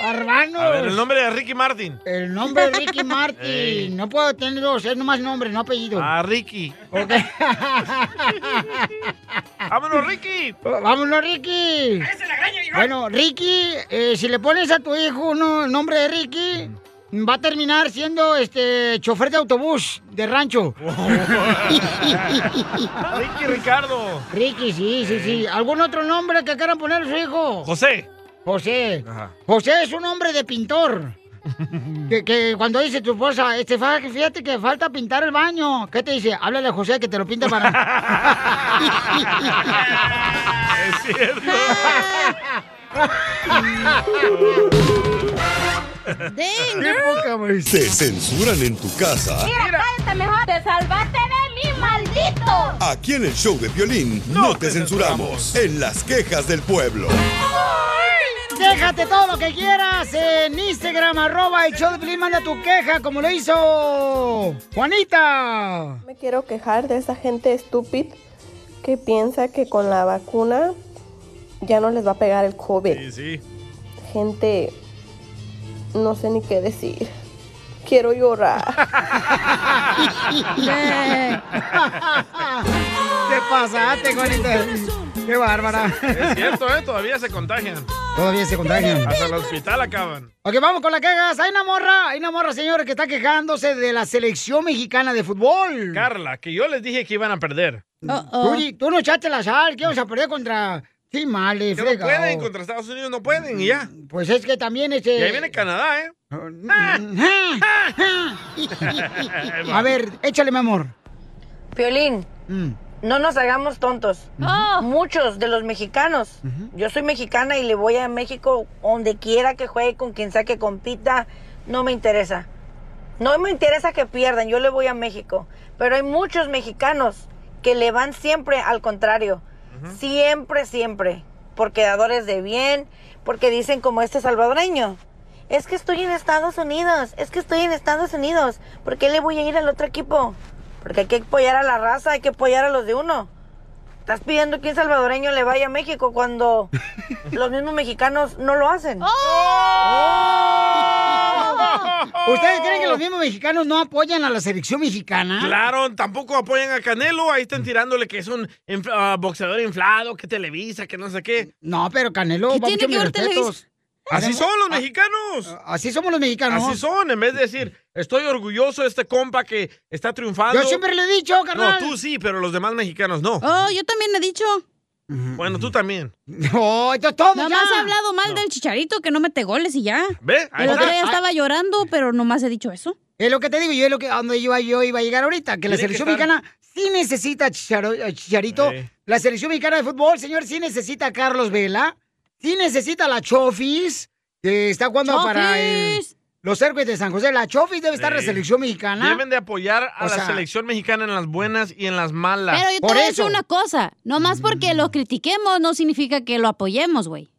Parvano.
A ver, el nombre de Ricky Martin.
El nombre es Ricky Martin.
Ey.
No puedo tener dos, es nomás nombre, no apellido.
Ah, Ricky.
Ok. ¡Vámonos, Ricky! ¡Vámonos, Ricky! Bueno, Ricky, eh, si le pones a tu hijo uno- el nombre de Ricky, va a terminar siendo este chofer de autobús de rancho.
Oh. Ricky Ricardo.
Ricky, sí, sí, sí. ¿Algún otro nombre que quieran poner a su hijo?
José.
José. José es un hombre de pintor. que, que cuando dice tu esposa, este, fa- fíjate que falta pintar el baño. ¿Qué te dice? Háblale a José que te lo pinta para.
Es cierto.
Te censuran en tu casa.
Mira, cállate mejor. Te salvaste de mí, maldito.
Aquí en el show de violín no, te censuramos. En las quejas del pueblo.
Déjate todo lo que quieras en Instagram, arroba el show de Piolín, manda tu queja como lo hizo Juanita.
Me quiero quejar de esa gente estúpida que piensa que con la vacuna ya no les va a pegar el COVID.
Sí, sí.
Gente, no sé ni qué decir. Quiero llorar.
Eh.
Te pasaste, Juanita. Qué bárbara.
Es cierto, ¿eh? Todavía se contagian.
Todavía se contagian.
Hasta el hospital acaban.
Ok, vamos con las quejas. Hay una morra, hay una morra, señores, que está quejándose de la selección mexicana de fútbol.
Carla, que yo les dije que iban a perder.
Tú, di- tú no echaste la sal, que vamos a perder contra... Sí, male,
Que no
fregado.
pueden, contra Estados Unidos no pueden y ya.
Pues es que también este...
Y ahí viene Canadá, ¿eh?
A ver, échale, mi amor. Mm.
Piolín, no nos hagamos tontos. Muchos de los mexicanos, yo soy mexicana y le voy a México donde quiera que juegue, con quien sea que compita, no me interesa. No me interesa que pierdan, yo le voy a México. Pero hay muchos mexicanos que le van siempre al contrario. Siempre, siempre. Por quedadores de bien, porque dicen como este salvadoreño. Es que estoy en Estados Unidos, es que estoy en Estados Unidos. ¿Por qué le voy a ir al otro equipo? Porque hay que apoyar a la raza, hay que apoyar a los de uno. Estás pidiendo que un salvadoreño le vaya a México cuando los mismos mexicanos no lo hacen.
¿Ustedes creen que los mismos mexicanos no apoyan a la selección mexicana?
Oh. Claro, tampoco apoyan a Canelo. Ahí están tirándole que es un inf- ah, boxeador inflado, que televisa, que no sé qué.
No, pero Canelo,
¿Qué
va mucho
tiene que
mis
ver
respetos.
Televisa? Así
Hacemos-
son los mexicanos.
Así somos los mexicanos.
Así son, en vez de decir, estoy orgulloso de este compa que está triunfando.
Yo siempre le he dicho, carnal.
No, tú sí, pero los demás mexicanos no.
Oh, yo también he dicho.
Bueno, tú también.
No, esto es todo.
Nomás he hablado mal del chicharito que no mete goles y ya.
¿Ve? Ahí
El otro
está.
día estaba llorando, pero nomás he dicho eso.
Es lo que te digo, yo es lo que a donde yo, yo iba a llegar ahorita, que la
Tiene que
selección
estar-
mexicana sí necesita a Chicharo- a Chicharito, la selección mexicana de fútbol, señor, sí necesita a Carlos Vela, sí necesita a la Chofis, que está jugando para el- los Héroes de San José. La Chofis debe estar en la
Sí.
selección mexicana.
Deben de apoyar a
Ah. O
la
sea-
selección mexicana en las buenas y en las malas.
Pero yo te voy a decir una cosa. Nomás porque
Mm.
lo critiquemos no significa que lo apoyemos, güey.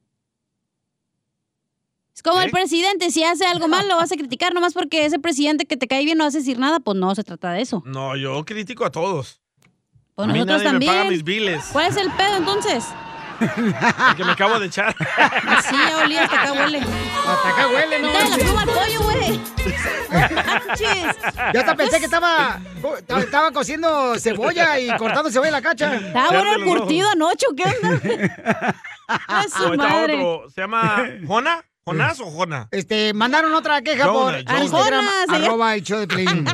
Es como
¿Eh?
el presidente. Si hace algo mal, lo vas a criticar. Nomás porque ese presidente que te cae bien no hace decir nada, pues no se trata de eso.
No, yo critico a todos.
Pues
a mí
nosotros
nadie
también. Pues-
me paga mis biles.
¿Cuál es el pedo entonces?
el que me acabo de echar.
Así ya olía, hasta acá huele.
Hasta acá huele, ¿no?
Dale la pluma al pollo, güey.
Yo hasta pensé que estaba, co- ta- Pues, estaba cociendo cebolla y cortando cebolla en la cacha.
Estaba bueno el curtido anoche, ¿o ¿qué onda? A su
Ahí está
madre.
otro. ¿Se llama Jona? ¿Jonás o Jona?
Este, mandaron otra queja
Jonah,
por
Jonah.
Instagram,
Jonah, señor.
arroba el show de Piolín.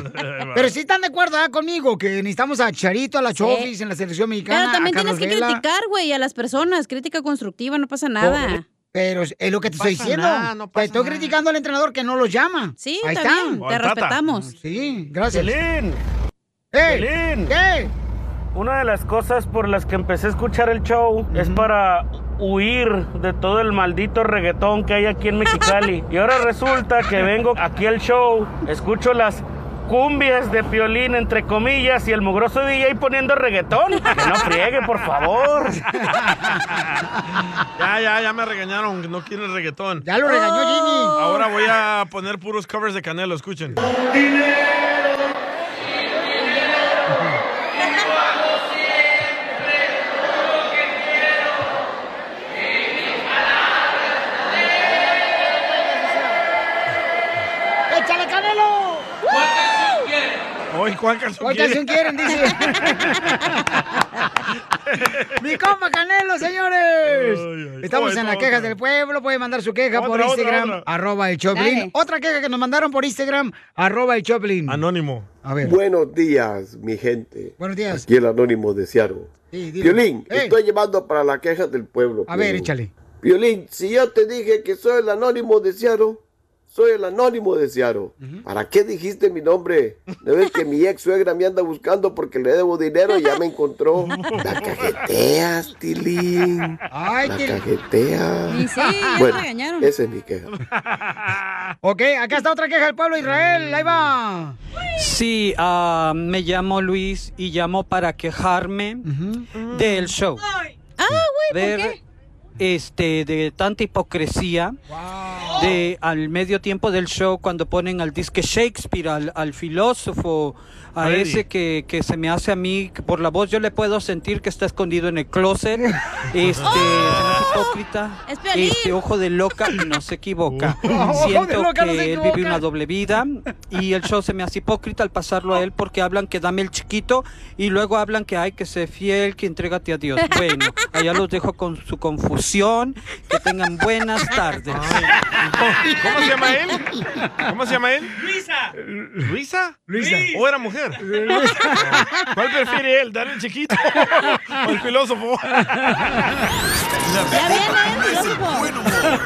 Pero si están de acuerdo ¿ah, conmigo que necesitamos a Charito, a la Chofis en la selección mexicana.
Pero también
a
tienes
Carlos
que
Vela.
criticar, güey, a las personas. Crítica constructiva, no pasa nada.
Pero es lo que te
pasa
estoy diciendo.
nada, no
te estoy criticando al entrenador que no los llama.
Sí,
Ahí
también,
está.
te respetamos.
Sí, gracias.
Piolín.
¡Ey! ¡Ey!
Una de las cosas por las que empecé a escuchar el show es para huir de todo el maldito reggaetón que hay aquí en Mexicali. y ahora resulta que vengo aquí al show, escucho las cumbias de piolín entre comillas y el mugroso DJ poniendo reggaetón. Que no friegue, por favor.
Ya, ya, ya me regañaron. No quieren reggaetón.
Ya lo regañó
Oh.
Jimmy.
Ahora voy a poner puros covers de Canelo, escuchen.
¡Échale canelo!
Hoy Juan Calzón
¿Cuál canción quieren? Dice. Mi compa Canelo, señores. Estamos
Oye,
en
no,
las
otra.
quejas del pueblo. Pueden mandar su queja
Otra,
por
otra,
Instagram,
otra.
arroba el Choplin.
Dale.
Otra queja que nos mandaron por Instagram, arroba el Choplin.
Anónimo.
A ver.
Buenos días, mi gente.
Buenos días.
Aquí el anónimo de Seattle.
Sí, dime.
Violín,
Eh,
estoy llevando para la queja del pueblo.
A ver,
Piolín.
échale.
Violín, si yo te dije que soy el anónimo de Seattle, soy el anónimo de Seattle. ¿Para qué dijiste mi nombre? ¿No ves que mi ex suegra me anda buscando porque le debo dinero y ya me encontró? La cajeteas, Tilín.
Ay,
La
Tilín.
cajeteas.
Y sí, ya
bueno,
me regañaron.
esa es mi queja.
Ok, acá está otra queja del pueblo Israel. Ahí va.
Sí, ah, me llamo Luis y llamo para quejarme del show.
Ah, güey,
Ver
¿por qué?
este de tanta hipocresía de al medio tiempo del show cuando ponen al disque Shakespeare, al, al filósofo, a
Ay.
ese que, que se me hace a mí que por la voz yo le puedo sentir que está escondido en el closet, este se me hace hipócrita,
Es Piolín.
este ojo de loca no se equivoca.
Ojo de
Siento
loca, no se
que él
equivoca.
vive una doble vida y el show se me hace hipócrita al pasarlo a él porque hablan que dame el chiquito y luego hablan que hay que ser fiel, que entrégate a Dios. Bueno, allá los dejo con su confusión. Que tengan buenas tardes.
¿Cómo se llama él? ¿Cómo se llama él? Luisa. ¿Luisa? Luisa. ¿O era mujer? ¿Cuál prefiere él? ¿Darle el chiquito o el filósofo?
La mejor es el buen humor.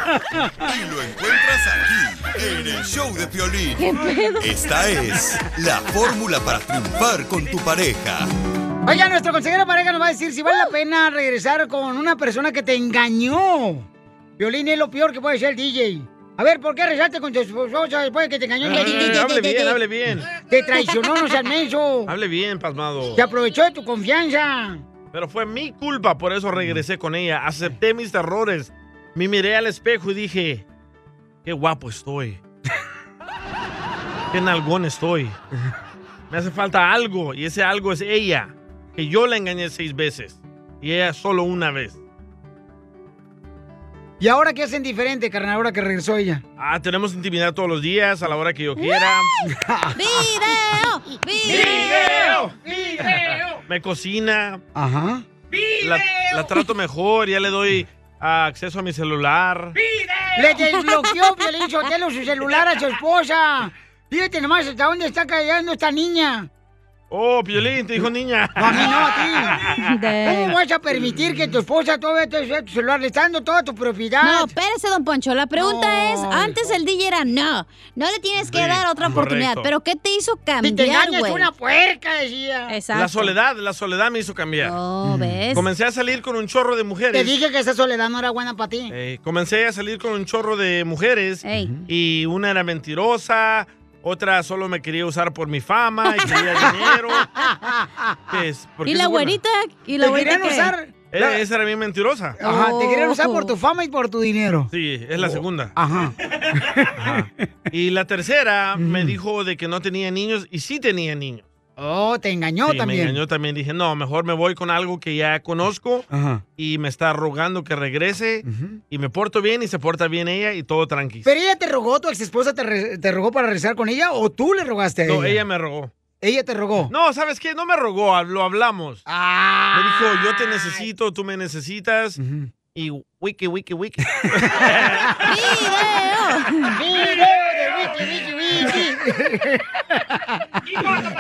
Y lo encuentras aquí, en el show de Piolín.
¿Qué pedo?
Esta es la fórmula para triunfar con tu pareja.
Oiga, nuestro consejero de pareja nos va a decir si vale la pena regresar con una persona que te engañó. Violín es lo peor que puede ser el DJ. A ver, ¿por qué regresaste con tu esposa después de que te engañó?
Eh, hable bien, hable bien.
Te traicionó, no seas menso.
Hable bien, pasmado.
Te aprovechó de tu confianza.
Pero fue mi culpa, por eso regresé con ella. Acepté mis errores. Me miré al espejo y dije, qué guapo estoy. qué nalgón estoy. Me hace falta algo y ese algo es ella. Que yo la engañé seis veces y ella solo una vez.
¿Y ahora qué hacen diferente, carnal, ahora que regresó ella?
Ah, tenemos intimidad todos los días, a la hora que yo quiera.
Ah.
¡Video! ¡Video! ¡Video!
Me cocina.
Ajá.
La, la trato mejor, ya le doy ah, acceso a mi celular.
Le desbloqueó Violín Sotelo su celular a su esposa. Fíjate nomás hasta dónde está cayendo esta niña.
Oh, Piolín, te dijo niña.
No, a mí no, a ti. ¿Cómo vas a permitir que tu esposa todavía te dé tu celular? Le está dando toda tu propiedad.
No, espérese, don Poncho. La pregunta es, antes el DJ era, no, no le tienes que
Sí,
dar otra
correcto.
oportunidad. Pero ¿qué te hizo cambiar,
engañas,
güey?
una puerca, decía.
Exacto.
La soledad, la soledad me hizo cambiar.
Oh, ¿ves?
Comencé a salir con un chorro de mujeres.
Te dije que esa soledad no era buena para ti.
Eh, comencé a salir con un chorro de mujeres
Ey.
y una era mentirosa, otra solo me quería usar por mi fama y quería dinero. ¿Qué es? ¿Por
¿Y
qué
la
se burla?
güerita? ¿Y la
Te
güerita
querían
qué?
usar.
Eh, esa era bien mentirosa.
Ajá, te querían usar por tu fama y por tu dinero.
Sí, es la segunda.
Oh, Ajá. Mm.
Y la tercera me dijo de que no tenía niños y sí tenía niños.
Oh, te engañó
Sí,
también.
Me engañó también. Dije, no, mejor me voy con algo que ya conozco
Ajá.
y me está rogando que regrese y me porto bien y se porta bien ella y todo tranquilo.
¿Pero ella te rogó, tu ex esposa te, re- te rogó para regresar con ella o tú le rogaste a
No,
ella?
ella me rogó.
Ella te rogó. Ah.
No, ¿sabes qué? No me rogó, lo hablamos. Me dijo, yo te necesito, tú me necesitas. Y wiki, wiki, wiki.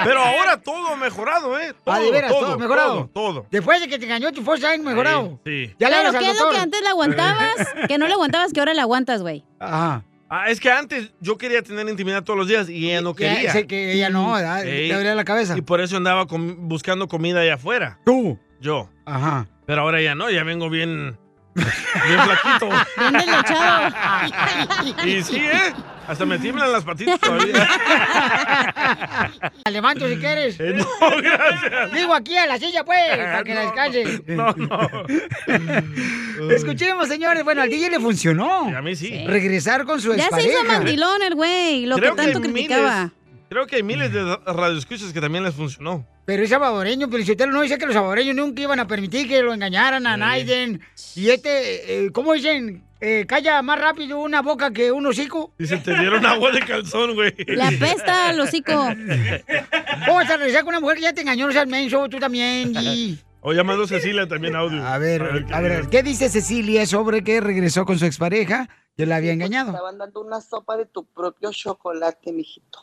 Pero ahora todo mejorado, ¿eh? Todo,
ah, de veras, todo,
todo,
mejorado.
todo, todo.
Después de que te engañó tu esposa, han mejorado.
Sí.
Ya le
Claro,
hablas al
¿qué es lo
doctor.
que antes le aguantabas? Que no le aguantabas, que ahora le aguantas, güey.
Ajá.
Ah, es que antes yo quería tener intimidad todos los días y ella no
Ya,
quería.
sé que ella no, ¿verdad?
Ey.
Te abría la cabeza.
Y por eso andaba com- buscando comida allá afuera.
¿Tú?
Yo.
Ajá.
Pero ahora ya no, ya vengo bien. Bien flaquito.
Bien
desgachado.
y sí, ¿eh? Hasta me tiemblan las patitas todavía.
Levanto si quieres.
Eh, no, gracias.
Digo aquí a la silla, pues, para que la
No,
descanse.
No, no.
Escuchemos, señores. Bueno, al DJ le funcionó.
a mí sí.
Regresar con su
Ya
expareja.
se hizo mandilón el güey, lo que
Creo
tanto
hay miles-
criticaba.
creo que hay miles de ra- radioescuchas que también les funcionó.
Pero es salvadoreño, pero si usted no dice que los salvadoreños nunca iban a permitir que lo engañaran a Naiden. Y este, eh, ¿cómo dicen? Eh, calla más rápido una boca que un hocico.
Y se te dieron agua de calzón, güey.
La apesta al hocico. ¿Cómo vas a regresar con una mujer que ya te engañó? No seas menso, tú también. Y...
O llamando a Cecilia también audio.
A ver, A ver, ¿qué dice Cecilia sobre que regresó con su expareja que la había engañado?
Estaban dando una sopa de tu propio chocolate, mijito.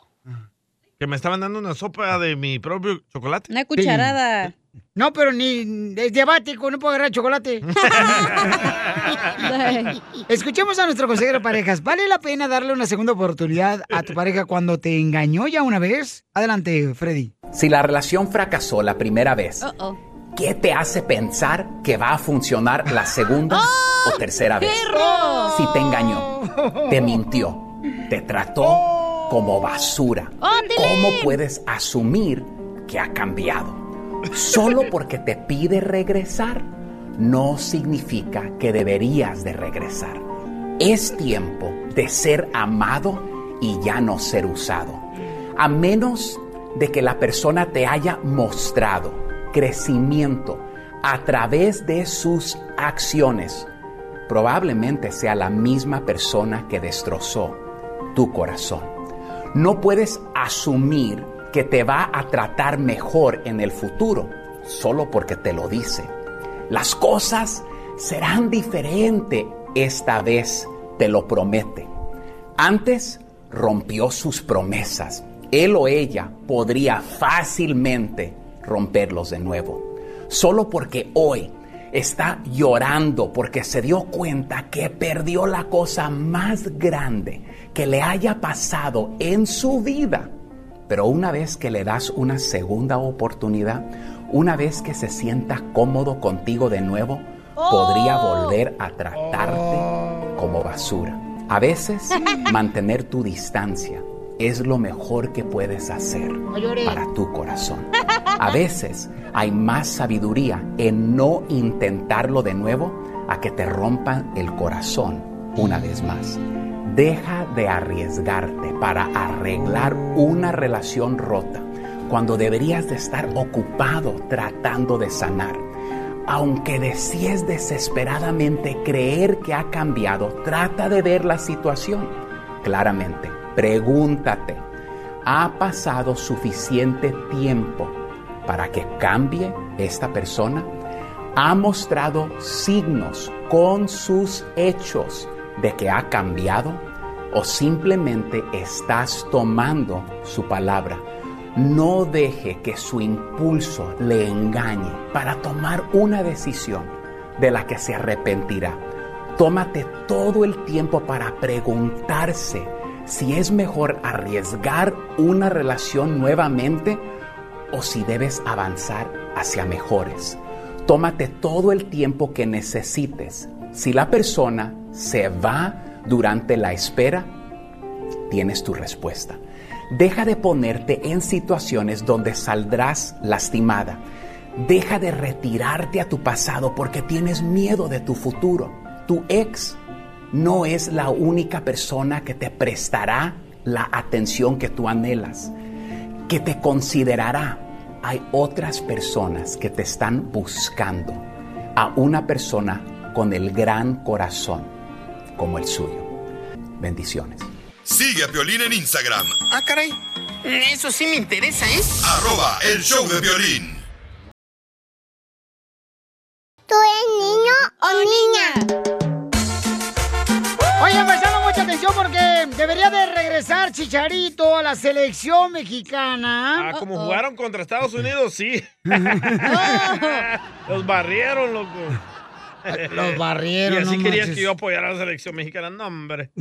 Que me estaban dando una sopa de mi propio chocolate.
Una cucharada.
No, pero ni es diabático, no puedo agarrar chocolate. Escuchemos a nuestro consejero de parejas. ¿Vale la pena darle una segunda oportunidad a tu pareja cuando te engañó ya una vez? Adelante, Freddy.
Si la relación fracasó la primera vez,
Oh.
¿qué te hace pensar que va a funcionar la segunda o tercera vez? Si te engañó, te mintió, te trató como basura,
Oh,
¿cómo puedes asumir que ha cambiado? Solo porque te pide regresar no significa que deberías de regresar. Es tiempo de ser amado y ya no ser usado. A menos de que la persona te haya mostrado crecimiento a través de sus acciones, probablemente sea la misma persona que destrozó tu corazón. No puedes asumir que te va a tratar mejor en el futuro solo porque te lo dice. Las cosas serán diferentes esta vez, te lo promete. Antes rompió sus promesas. Él o ella podría fácilmente romperlos de nuevo. Solo porque hoy está llorando porque se dio cuenta que perdió la cosa más grande que le haya pasado en su vida. Pero una vez que le das una segunda oportunidad, una vez que se sienta cómodo contigo de nuevo, podría volver a tratarte como basura. A veces, mantener tu distancia es lo mejor que puedes hacer
llores.
para tu corazón. A veces hay más sabiduría en no intentarlo de nuevo a que te rompan el corazón una vez más. Deja de arriesgarte para arreglar una relación rota cuando deberías de estar ocupado tratando de sanar. Aunque desees desesperadamente creer que ha cambiado, trata de ver la situación claramente. Pregúntate, ¿ha pasado suficiente tiempo para que cambie esta persona? ¿Ha mostrado signos con sus hechos de que ha cambiado? ¿O simplemente estás tomando su palabra? No deje que su impulso le engañe para tomar una decisión de la que se arrepentirá. Tómate todo el tiempo para preguntarse si es mejor arriesgar una relación nuevamente o si debes avanzar hacia mejores. Tómate todo el tiempo que necesites. Si la persona se va durante la espera, tienes tu respuesta. Deja de ponerte en situaciones donde saldrás lastimada. Deja de retirarte a tu pasado porque tienes miedo de tu futuro. Tu ex no es la única persona que te prestará la atención que tú anhelas, que te considerará. Hay otras personas que te están buscando a una persona con el gran corazón como el suyo. Bendiciones.
Sigue a Piolín en Instagram,
Ah, caray. Eso sí me interesa, ¿eh?
arroba el show de violín.
¿Tú eres niño o niña?
Oye, prestando mucha atención porque debería de regresar Chicharito a la selección mexicana.
Ah, como jugaron contra Estados Unidos, sí. Los barrieron, loco.
Los barrieron,
Y así
no
querías
manches.
que yo apoyara a la selección mexicana. No, hombre.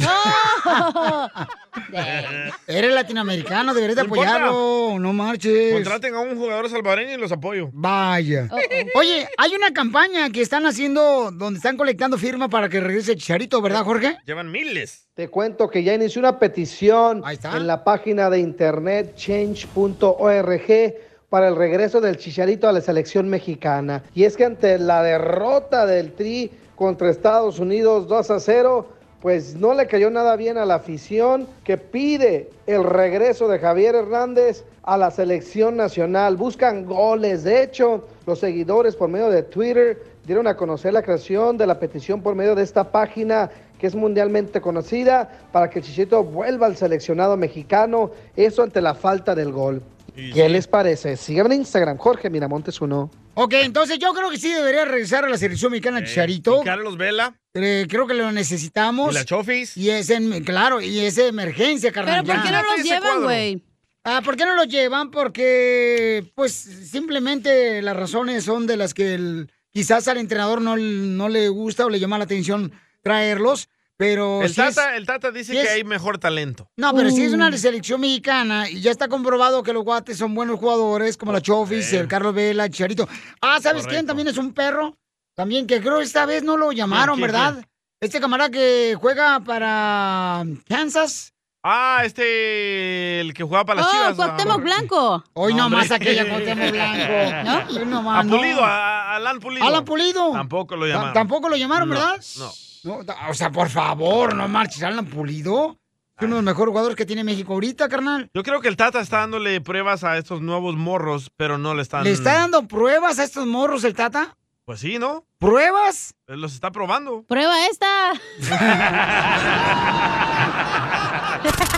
Eres latinoamericano, deberías de
No importa.
apoyarlo. No marches.
Contraten a un jugador salvadoreño y los apoyo.
Vaya.
Oh,
Oye, hay una campaña que están haciendo donde están colectando firmas para que regrese Chicharito, ¿verdad, Jorge?
Llevan miles.
Te cuento que ya inició una petición en la página de internet change.org para el regreso del Chicharito a la selección mexicana. Y es que ante la derrota del Tri contra Estados Unidos 2 a 0, pues no le cayó nada bien a la afición que pide el regreso de Javier Hernández a la selección nacional. Buscan goles. De hecho, los seguidores por medio de Twitter dieron a conocer la creación de la petición por medio de esta página que es mundialmente conocida para que el Chicharito vuelva al seleccionado mexicano. Eso ante la falta del gol. ¿Qué les parece? Síganme en Instagram, Jorge Miramontes 1.
Ok, entonces yo creo que sí debería regresar a la selección mexicana Chicharito.
Eh,
Eh,
Carlos Vela.
creo que lo necesitamos.
¿Y la Chofis?
Y es en, claro, y es de emergencia, carnal.
¿por
ya.
qué no los Ese llevan, cuadro. güey?
Ah, ¿por qué no los llevan? Porque, pues, simplemente las razones son de las que el- quizás al entrenador no, no le gusta o le llama la atención traerlos, pero...
El
Oh, sí es-
Tata, el tata dice
sí
que
es-
hay mejor talento.
No, pero si es
Mm.
una selección mexicana y ya está comprobado que los guates son buenos jugadores, como la Chofis, el Carlos Vela, el Chicharito. Ah, ¿sabes quién? También es un perro. También que creo esta vez no lo llamaron,
¿Quién, quién,
¿verdad?
quién?
Este camarada que juega para Kansas.
Ah, este, el que jugaba para las
Oh,
chivas.
Cuauhtémoc
Blanco.
Hoy no
Hombre.
más aquella Cuauhtémoc Blanco. ¿No? Hoy no
A
más, no.
Pulido, a, a Alan Pulido.
Alan Pulido.
Tampoco lo
Ta-
llamaron.
Tampoco lo llamaron,
No,
¿verdad?
No.
No, ta- o sea, por favor, no marches. Alan Pulido es
Ah.
uno de los mejores jugadores que tiene México ahorita, carnal.
Yo creo que el Tata está dándole pruebas a estos nuevos morros, pero no le están.
¿Le está dando pruebas a estos morros el Tata?
Pues sí, ¿no?
¿Pruebas?
Los está probando.
Prueba esta.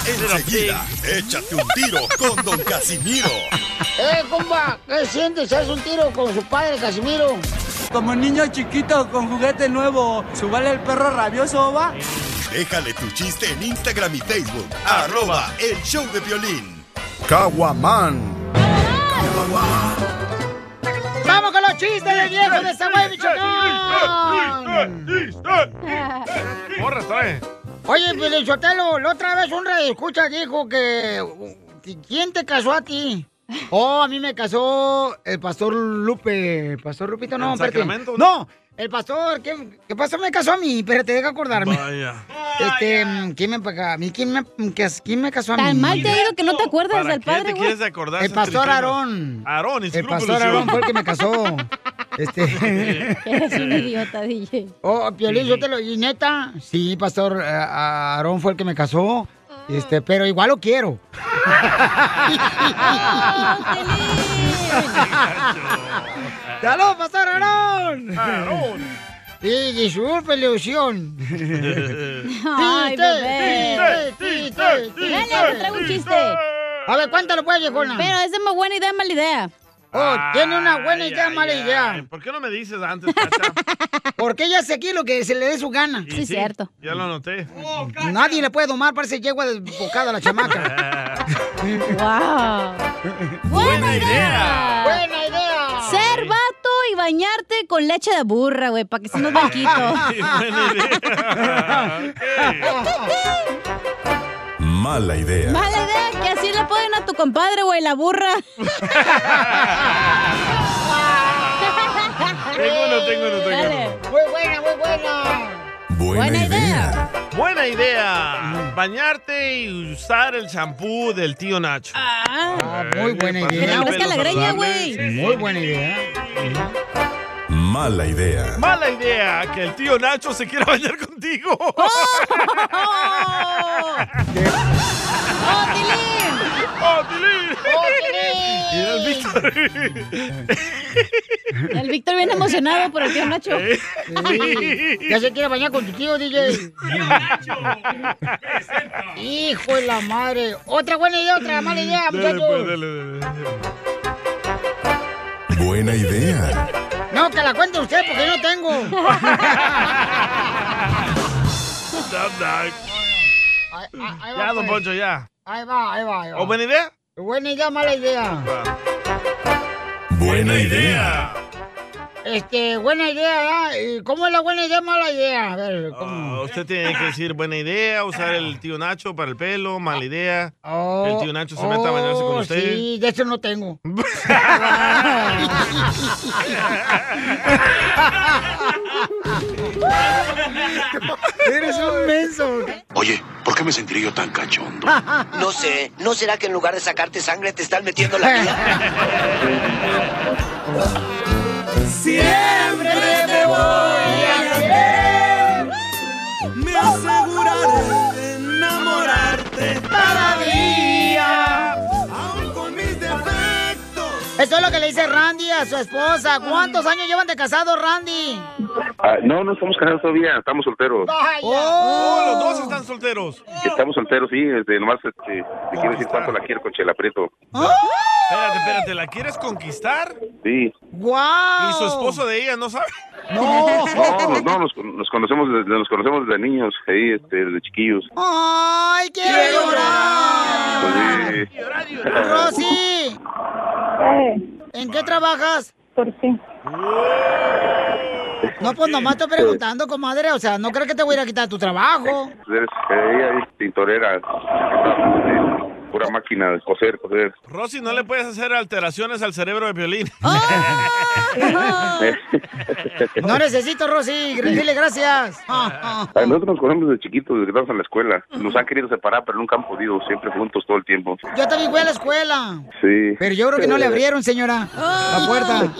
Enseguida, échate un tiro con Don Casimiro.
¡Eh, compa! ¿Qué sientes? ¿Haz un tiro con su padre, Casimiro?
Como niño chiquito con juguete nuevo, subale el perro rabioso, va.
Déjale tu chiste en Instagram y Facebook. Arroba el show de violín. Caguaman.
¡Vamos con los chistes de viejo de este Samuel Michoacán!
Morras trae.
Oye, Pelichotelo, la otra vez un radio escucha dijo que... uh, ¿Quién te casó a ti? Oh, a mí me casó el pastor Lupe. ¿El pastor Lupito? No,
¿En
espérate.
Sacramento?
No, el pastor. ¿Qué, qué pastor me casó a mí? Espérate, deja acordarme.
Vaya.
Este, ¿quién me, paga- a mí? ¿Quién me, cas- quién me casó a mí?
Tan mal te ha ido que no te acuerdas
¿Para
del
qué
padre,
te
güey.
quieres acordar? El pastor Aarón.
Aarón,
El pastor Aarón fue el que me casó. Oh, Este.
Eres un idiota, DJ.
Oh, Piolín, yo te lo. Y neta, sí, pastor eh, Aarón fue el que me casó. Este, pero igual lo quiero. ¡Salud, pastor Aarón!
Aarón.
Y disculpe la ilusión.
Ay, bebé.
Dale, te traigo un chiste. A
ver, cuéntalo pues, viejona.
Pero es de muy buena idea, mala idea.
Oh, tiene una buena
Ay,
idea,
ay,
mala
ay.
idea.
¿Por qué no me dices antes? Tata?
Porque ella hace aquí lo que se le dé su gana.
Y Ya lo noté.
Oh, Nadie le puede domar, parece yegua desbocada la chamaca.
¡Wow!
¡Buena
idea!
¡Buena idea!
Ser vato y bañarte con leche de burra, güey, para que seas más blanquito.
Mala idea.
Mala idea, que así le ponen a tu compadre, güey, la burra.
Tengo uno, tengo uno, tengo uno.
Muy buena, muy buena.
Buena idea.
Buena idea. Bañarte y usar el champú del tío Nacho.
Ah, muy buena idea. Que te crezca la greña, güey. Muy buena idea.
Mala idea.
Mala idea que el tío Nacho se quiera bañar contigo.
¡Oh, Tilín!
¡Oh, Tilín!
¡Oh, Tilín!
Y el Víctor.
El Víctor bien emocionado por el tío Nacho.
Sí. Ya se quiere bañar con tu tío, DJ. Hijo de la madre. Otra buena idea, otra mala idea,
Dale, pues,
muchachos.
dale, dale, dale.
Buena idea.
pues.
No, que la cuente usted porque yo no tengo.
Dab, dab.
Ahí- ahí- ahí va,
Ya, don
pues.
Poncho, ya.
Ahí va, ahí va, ahí va.
¿O buena idea?
Buena idea, mala idea.
Buena idea.
Este, buena idea, ¿verdad? ¿Y ¿Cómo es la buena idea, mala idea? A ver, ¿cómo?
Ah, usted tiene que decir buena idea, usar el tío Nacho para el pelo, mala idea.
Oh,
Ah, el tío Nacho se meta a bañarse con
oh,
usted.
Sí, de eso no tengo. Eres un menso.
Oye, ¿por qué me sentiré yo tan cachondo?
No sé, ¿no será que en lugar de sacarte sangre te están metiendo la vida?
Siempre te voy a querer. Me aseguraré de enamorarte cada día. Aún con mis defectos.
Eso es lo que le dice Randy a su esposa. ¿Cuántos años llevan de casado, Randy?
Ah, no, no estamos casados todavía, estamos solteros.
Vaya.
Oh, los dos están solteros.
Estamos solteros, sí, este, nomás este,
Ah,
te quiero decir cuánto la quiero con Chela Prieto.
Espérate, espérate, ¿la quieres conquistar?
Sí.
¡Wow!
¿Y su esposo de ella no sabe?
No, no, nos, nos conocemos desde, nos conocemos desde niños, ahí, este, desde chiquillos.
Ah. ¡Ay, quiero llorar!
Pues, sí.
¡Rosy! ¿En qué trabajas? Por fin. No, pues nomás estoy preguntando, comadre. O sea, no creo que te voy a ir a quitar tu trabajo.
pues Eres- eh, ella es tintorera, eh, pura máquina de coser, coser.
Rosy, no le puedes hacer alteraciones al cerebro de violín.
Ah. No necesito, Rosy. Dile gracias. Ah, ah.
Ah, Nosotros nos conocemos desde chiquitos, desde que estábamos en la escuela. Nos han querido separar, pero nunca han podido, siempre juntos todo el tiempo.
Yo también fui a la escuela.
Sí. Eh,
Pero yo creo que no le abrieron, señora, la puerta.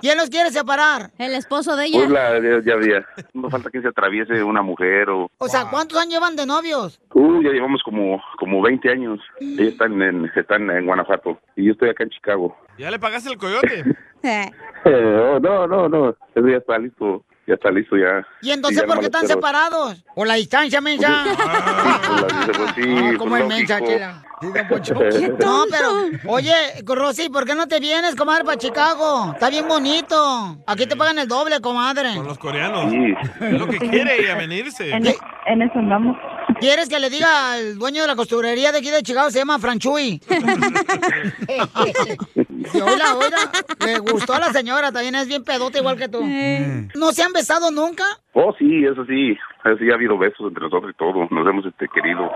¿Quién los quiere separar?
El esposo de
Pues la, ya, ya había. No falta que se atraviese una mujer o...
O sea, ¿cuántos años llevan de novios?
Uh, ya llevamos como, como 20 años. Ellos están en, están en Guanajuato y yo estoy acá en Chicago.
¿Ya le pagaste el coyote?
Eh, oh, no, no, no. Eso ya está listo. Ya está listo ya.
¿Y entonces
Sí, ya
por qué están
nomás espero.
separados? ¿O la distancia, mensa? Ah.
Las dice, pues, sí,
No, Ah, como
pues,
el mensa,
lógico.
chela. No, pero, oye, Rosy, ¿por qué no te vienes, comadre, para Chicago? Está bien bonito. Aquí te pagan el doble, comadre.
Los coreanos. Es lo que quiere ella, venirse.
En eso andamos. ¿Quieres que le diga al dueño de la costurería de aquí de Chicago? Se llama Franchuy. y oíla, oíla. Le gustó a la señora, también es bien pedota igual que tú. ¿No se han besado nunca?
Oh, sí, eso sí. Eso sí, ha habido besos entre nosotros y todo. Nos hemos este, querido.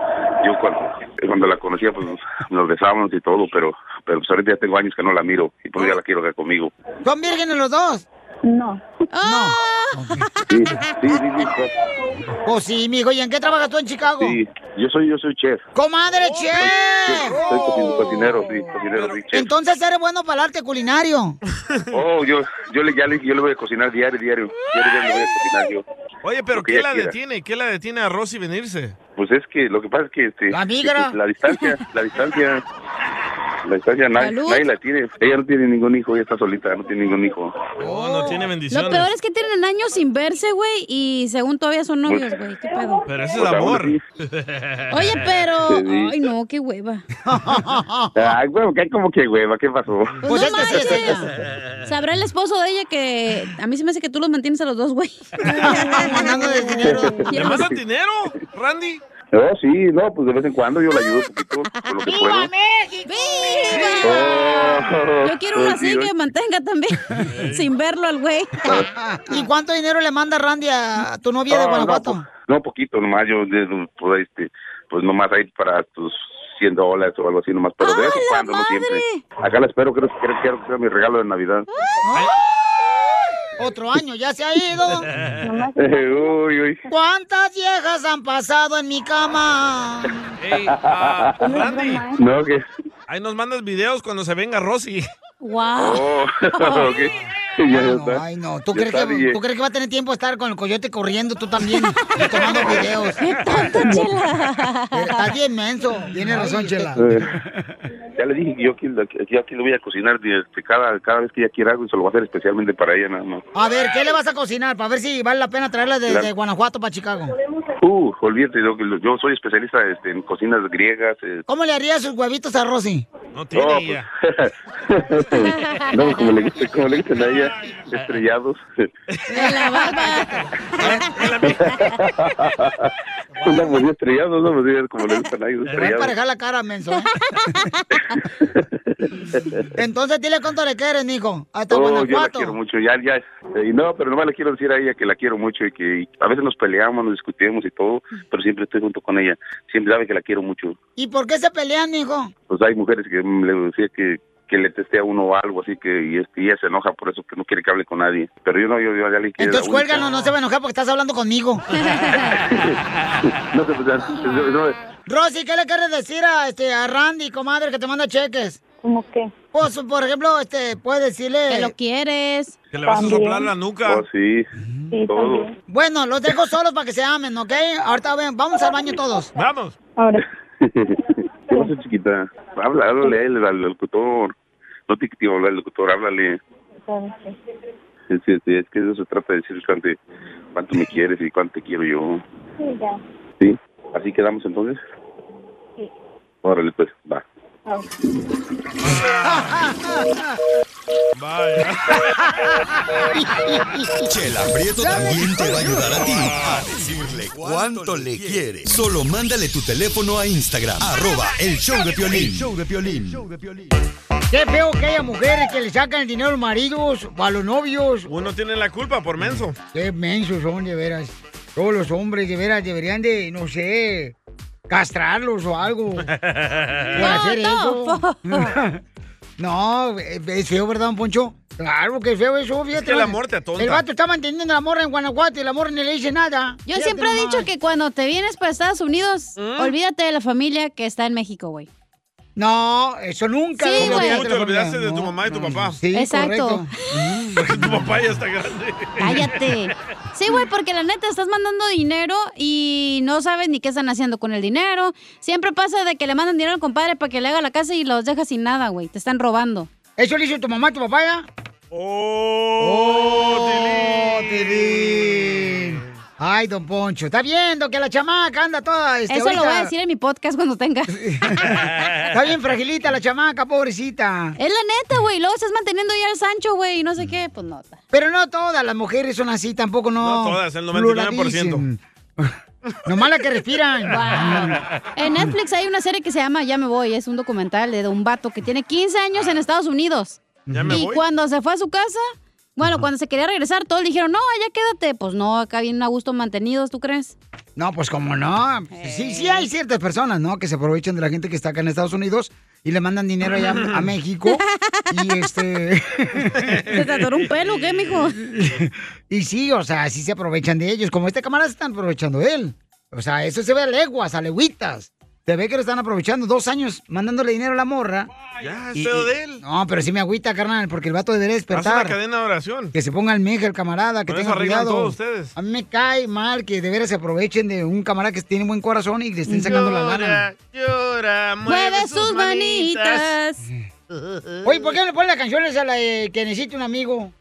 Yo cuando, cuando la conocía, pues nos, nos besábamos y todo, pero, pero pues, ahorita ya tengo años que no la miro y pues ya la quiero ver conmigo.
¿Son vírgenes los dos? No. No.
Sí, sí, sí, sí. pues,
Pues sí, mijo. ¿Y en qué trabajas tú en Chicago?
sí. Oh, Yo soy, yo soy chef.
¡Comadre,
Ah.
chef!
Soy
Oh.
cocin- cocinero, sí, cocinero, sí, chef.
Entonces eres bueno para el arte culinario.
Oh, yo, yo, le, ya le, yo le voy a cocinar diario, diario. Diario, diario le voy a cocinar yo.
Oye, pero
Lo que
¿qué
ella
la
quiera.
detiene? ¿Qué la detiene a Rosy venirse?
Pues es que lo que pasa es que... Este,
La migra.
este, La distancia, la distancia... La distancia nadie,
Salud.
nadie la tiene. Ella no tiene ningún hijo, ella está solita, no tiene ningún hijo.
Oh, no tiene
Lo
bendiciones.
peor es que tienen años sin verse, güey, y según todavía son novios, güey. ¿Qué pedo?
Pero ese es
Pues aún
amor.
así.
Oye, pero...
Te di-
Ay, no, qué hueva.
Ay, huevo, que como que hueva, ¿qué pasó?
Pues no
este
manches. Sabrá el esposo de ella que... A mí se me hace que tú los mantienes a los dos, güey.
Hablando de dinero.
¿Le mandan dinero, Randy?
No, sí, no, pues de vez en cuando yo la ayudo un poquito, con lo que puedo.
México!
Oh,
Yo quiero
oh,
uno
pues sí,
así que mantenga también, sin verlo al güey.
¿Y cuánto dinero le manda Randy a tu novia de
No, no,
Guanajuato?
po- No, poquito nomás, yo de- pues, este, pues nomás ahí para tus 100 dólares o algo así nomás, pero de vez en cuando, no siempre. Acá la espero, creo, creo, creo que sea mi regalo de Navidad.
Ah. Otro año, ya se ha ido.
uy, uy.
¿Cuántas viejas han pasado en mi cama?
Ey, ah, Randy,
No, que...
ahí nos mandas videos cuando se venga Rosy.
¡Wow!
Oh, ok. Ya está.
Ay, Ah. no, ¿Tú
Ya
crees,
está,
que,
DJ.
¿Tú crees que va a tener tiempo de estar con el coyote corriendo tú también y tomando videos? ¡Qué tonto, Chela! Estás bien menso. Tienes razón, Chela.
Eh, Ya le dije que yo aquí, que yo aquí le voy a cocinar este, cada, cada vez que ella quiera algo y se lo voy a hacer especialmente para ella nada más.
A ver, ¿qué le vas a cocinar? Para ver si vale la pena traerla desde
Claro.
Guanajuato para Chicago.
Uh, olvídate, yo, yo soy especialista este, en cocinas griegas. eh,
¿Cómo le harías sus huevitos a Rosy?
No
tiene pues. no, como le, gusta- como le gustan a ella, estrellados.
En la barba.
Pues Andamos bien estrellados, no me como le gustan a ellos
Ven para
estrellados.
dejar la cara, menso. ¿eh? Entonces dile cuánto le quieres, hijo. Hasta
Oh, yo la
Guanajuato.
quiero mucho, ya, ya. eh, Y no, pero nomás le quiero decir a ella que la quiero mucho y que a veces nos peleamos, nos discutimos y todo, pero siempre estoy junto con ella. Siempre sabe que la quiero mucho.
¿Y por qué se pelean, hijo?
Pues hay mujeres que mm, le decía que, que le testé a uno o algo así que y, este, y ella se enoja por eso que no quiere que hable con nadie. Pero yo no, yo, yo ya le quiero.
Entonces cuélganos, no se va a enojar porque estás hablando conmigo.
No sé, pues, ya, no, no,
Rosy, ¿qué le quieres decir a, este, a Randy, comadre, que te manda cheques?
¿Cómo qué?
Pues, por ejemplo, este, puedes decirle... Que lo
quieres.
Que le vas a soplar la nuca.
Oh, sí. Todo.
Bueno, los dejo solos para que se amen, ¿ok? Ahorita ven, vamos al baño todos.
Vamos.
Ahora.
No sé, chiquita. Habla, háblale a él, al, al locutor. No te quiero hablar al locutor, háblale. Es, que- es que de eso se trata de decir cuánto, cuánto me quieres y cuánto te quiero yo.
Sí, ya.
¿Sí? ¿Así quedamos entonces?
Sí.
Órale, pues, va.
Chela Prieto también te va a ayudar a ti a decirle cuánto le quiere. Solo mándale tu teléfono a Instagram, arroba el show de Piolín.
El Qué feo que haya mujeres que le sacan el dinero a los maridos, o a los novios.
Uno tiene la culpa por menso.
Qué mensos son, de veras. Todos los hombres, de veras, deberían de, no sé, castrarlos o algo. Por hacer
No,
eso. no, es feo, ¿verdad, don Poncho? Claro que es feo eso, fíjate.
que el
nomás.
amor te atonta.
El vato está manteniendo la morra en Guanajuato y la morra ni le dice nada.
Yo
Fíjate
siempre he
nomás. ¿Mm?
dicho que cuando te vienes para Estados Unidos, olvídate de la familia que está en México, güey.
No, eso nunca.
Sí,
Como
güey.
tú te olvidaste de tu mamá y tu papá.
Sí,
Exacto.
Porque tu papá ya está grande.
Cállate. Sí, güey, porque la neta estás mandando dinero y no sabes ni qué están haciendo con el dinero. Siempre pasa de que le mandan dinero al compadre para que le haga la casa y los deja sin nada, güey. Te están robando.
¿Eso le hizo tu mamá, tu papá ya?
¡Oh,
Tilín! Ay, don Poncho, está viendo que la chamaca anda toda... Este,
Eso lo
ahorita-
voy a decir en mi podcast cuando tenga.
Está bien fragilita la chamaca, pobrecita.
Es la neta, güey. Luego estás manteniendo ya al Sancho, güey, y no sé qué. Pues no.
Pero no todas las mujeres son así, tampoco no...
No todas, el 99%.
Nomás las que respiran.
En este Netflix hay una serie que se llama Ya me voy. Es un documental de un vato que tiene 15 años en Estados Unidos.
Ya me
y
voy.
cuando se fue a su casa, bueno, cuando se quería regresar, todos le dijeron, no, allá quédate. Pues no, acá vienen a gusto mantenidos, ¿tú crees?
No, pues como no. Sí, sí
Eh.
hay ciertas personas, ¿no? Que se aprovechan de la gente que está acá en Estados Unidos y le mandan dinero allá a a México. Y este...
¿Se te atoró un pelo qué, mijo?
Y sí, o sea, sí se aprovechan de ellos. Como este camarada se están aprovechando de él. O sea, eso se ve a leguas, a legüitas. Se ve que lo están aprovechando dos años mandándole dinero a la morra.
Ya,
Y-
Ah, es pedo
y-
de él.
No, pero sí me agüita, carnal, porque el vato debería
Haz una
despertar.
cadena de oración.
Que se ponga el meja, el camarada, que
Con
tenga
eso arreglan
cuidado.
todos ustedes.
A mí me cae mal que de veras se aprovechen de un camarada que tiene buen corazón y le estén sacando la lana.
Llora,
Mueve sus manitas. Oye, ¿por qué no le ponen las canciones a la de que necesita un amigo?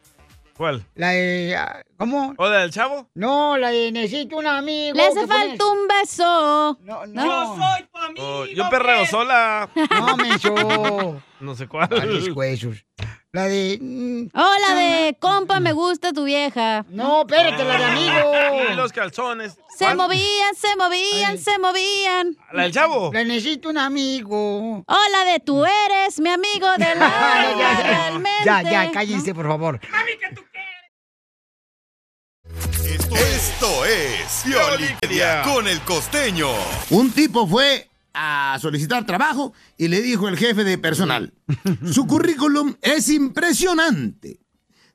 ¿Cuál?
La de... ah, ¿Cómo?
¿O la del chavo?
No, la de necesito un amigo.
Le hace
que ponen-
falta un beso.
No,
Yo soy tu amigo. Oh, yo perreo sola.
No, menso.
No sé cuál.
Varios huesos. La de...
Hola de compa, me gusta tu vieja.
No, espérate, la de
Y los calzones.
Se movían, se movían, se movían.
¿La del chavo?
Le necesito un amigo.
Hola de tú eres mi amigo de la
ya, ya.
realmente.
Ya, ya, cállense, por favor.
Esto es Piolicomedia con el costeño.
Un tipo fue a solicitar trabajo y le dijo el jefe de personal, su currículum es impresionante.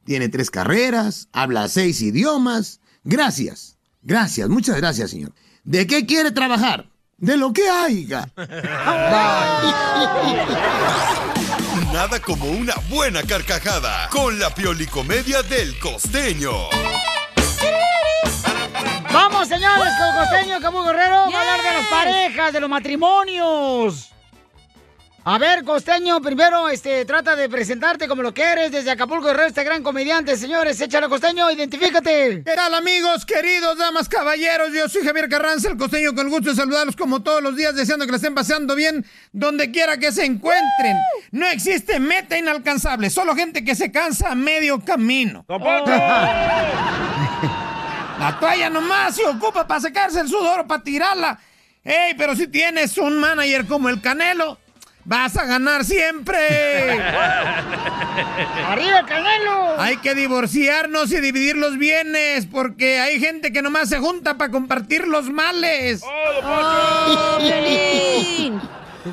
Tiene tres carreras, habla seis idiomas. Gracias, gracias, muchas gracias, señor. ¿De qué quiere trabajar? De lo que haya.
Nada como una buena carcajada con la piolicomedia del costeño.
Vamos, señores, con Costeño, Cabo Guerrero, va a hablar de las parejas, de los matrimonios. A ver, Costeño, primero este, trata de presentarte como lo que eres desde Acapulco Guerrero, este gran comediante. Señores, échale, Costeño, identifícate.
¿Qué tal amigos, queridos, damas, caballeros? Yo soy Javier Carranza, el costeño, con el gusto de saludarlos como todos los días, deseando que la estén pasando bien donde quiera que se encuentren. No existe meta inalcanzable, solo gente que se cansa a medio camino.
¡Tampoco!
La
La toalla nomás se ocupa para secarse el sudor o para tirarla. Ey, pero si tienes un manager como el Canelo, vas a ganar siempre.
¡Arriba, Canelo!
Hay que divorciarnos y dividir los bienes, porque hay gente que nomás se junta para compartir los males.
¡Oh, Piolín!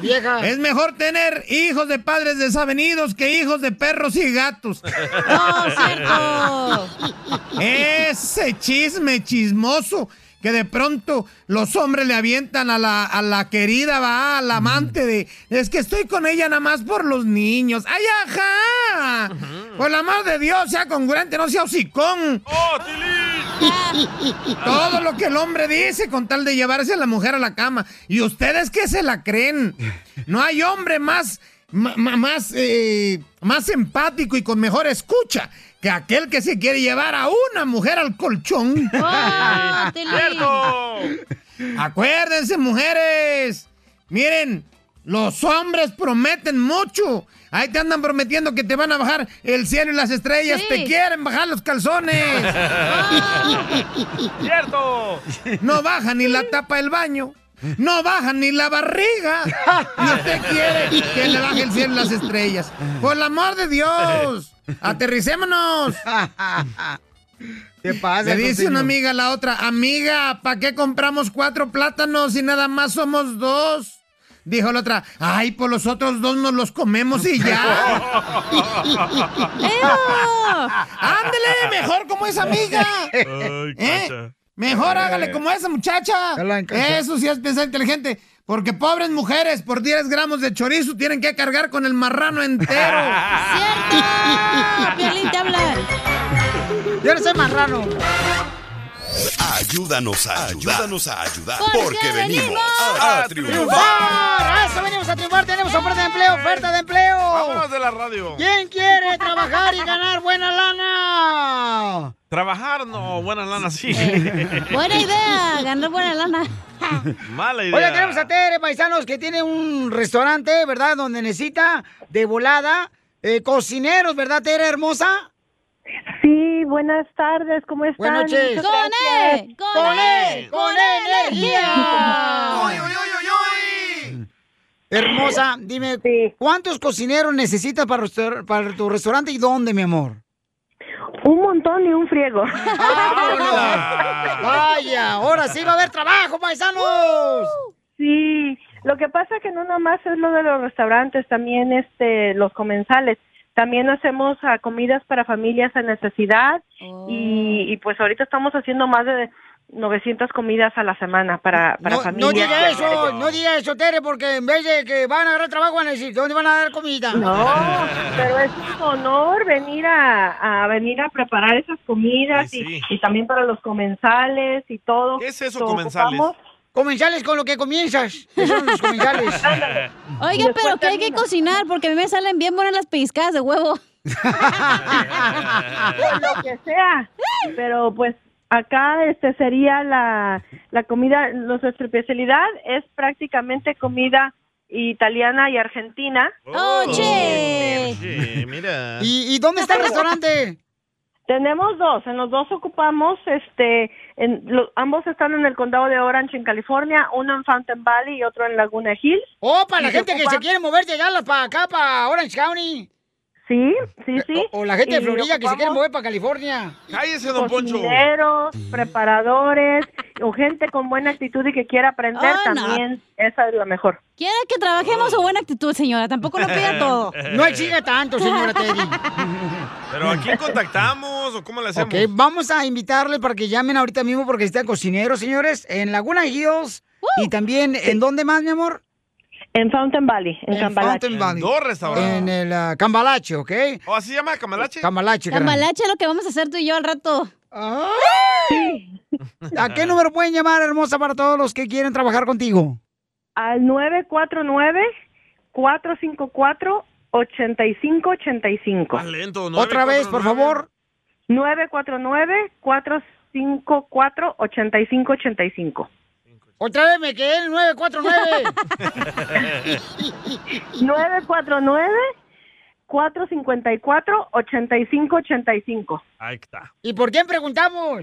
Vieja.
Es mejor tener hijos de padres desavenidos que hijos de perros y gatos.
¡No,
Ese chisme chismoso que de pronto los hombres le avientan a la, a la querida, va, a la amante de... Es que estoy con ella nada más por los niños. ¡Ay, ajá! Por la amor de Dios, sea congruente, no sea hocicón. Todo lo que el hombre dice con tal de llevarse a la mujer a la cama. ¿Y ustedes qué se la creen? No hay hombre más, ma- ma- más, eh, más empático y con mejor escucha que aquel que se quiere llevar a una mujer al colchón.
¡Oh, Piolín! ¡Cierto!
Acuérdense, mujeres. Miren, los hombres prometen mucho. Ahí te andan prometiendo que te van a bajar el cielo y las estrellas.
Sí.
Te quieren bajar los calzones.
¡Cierto!
No baja ni la tapa del baño. No baja ni la barriga. Y usted quiere que le baje el cielo y las estrellas. Por el amor de Dios. Aterricémonos.
¿Qué pasa?
Le dice
costeño?
una amiga a la otra, amiga, ¿para qué compramos cuatro plátanos si nada más somos dos? Dijo la otra, ay, por los otros dos nos los comemos y ya. Ándele, mejor como esa amiga.
Ay,
¿Eh?
cacha.
Mejor
Eh.
hágale como esa muchacha.
Ya la encacha.
Eso sí es pensar inteligente. Porque pobres mujeres, por 10 gramos de chorizo tienen que cargar con el marrano entero.
¡Cierto! Piolín, te hablan.
Yo no soy marrano.
Ayúdanos a ayudar. Ayúdanos a ayudar. Porque venimos
a
a triunfar.
¡A eso venimos a triunfar! ¡Tenemos oferta de empleo! ¡Oferta de empleo!
Vámonos de la radio.
¿Quién quiere trabajar y ganar buena lana?
Trabajar, no, buena lana, sí.
Buena idea, ganar buena lana.
Mala idea.
Oye, tenemos a Tere, paisanos, que tiene un restaurante, ¿verdad? Donde necesita de volada eh, cocineros, ¿verdad, Tere, hermosa?
Sí, buenas tardes, ¿cómo están?
Buenas noches.
Muchas
¡Con
gracias.
E! ¡Con E! ¡Con E energía! ¡Uy, uy, Hermosa, dime, ¿cuántos cocineros necesitas para, restaur- para tu restaurante y dónde, mi amor?
Un montón y un friego.
¡Vaya! ¡Ahora sí va a haber trabajo, paisanos!
Sí, lo que pasa que no nomás es lo de los restaurantes, también este los comensales. También hacemos ah, comidas para familias en necesidad
Oh.
y, y, pues ahorita estamos haciendo más de 900 comidas a la semana para, para
No, no
familias.
diga eso, no diga eso, Tere, porque en vez de que van a agarrar trabajo van a decir, ¿dónde van a dar comida?
No, pero es un honor venir a, a venir a preparar esas comidas
sí.
y, y también para los comensales y todo. ¿Qué
es eso, comensales?
Comensales con lo que comienzas. Esos son los comensales.
Oiga, pero que hay que cocinar porque a mí me salen bien buenas las pellizcadas de huevo.
lo que sea. Pero pues acá este sería la, la comida, nuestra especialidad es prácticamente comida italiana y argentina.
¡Oh, che!
Oye, mira.
¿Y, dónde está el restaurante?
Tenemos dos, en los dos ocupamos, este, en, lo- ambos están en el condado de Orange, en California, uno en Fountain Valley y otro en Laguna Hills.
¡Oh, para la gente que se quiere mover de Dallas para acá, para Orange County.
Sí, sí, sí.
Eh, O la gente de
Y
Florida que se quiere
ocupamos-
mover para California.
Cállese,
cocineros, preparadores o gente con buena actitud y que quiera aprender
Ah, no.
también. Esa es la mejor.
Quiera que trabajemos a buena actitud, señora. Tampoco lo pida todo.
No exija tanto, señora Terry.
¿Pero a quién contactamos o cómo le hacemos?
Ok, vamos a invitarle para que llamen ahorita mismo porque está cocinero, señores, en Laguna Hills. Y también, ¿en dónde más, mi amor?
En Fountain Valley, en,
Cambalache.
Fountain Valley.
En dos restaurantes.
En el ah, Cambalache, ¿ok?
¿O así se llama Camalache?
Cambalache, carnal.
Cambalache es lo que vamos a hacer tú y yo al rato.
¿A qué número pueden llamar, hermosa, para todos los que quieren trabajar contigo?
Al 949-454-8585.
Lento, ¿no?
Otra vez, por favor.
949-454-8585.
Otra vez me quedé en el 949.
949-454-8585.
Ahí está.
¿Y por quién preguntamos?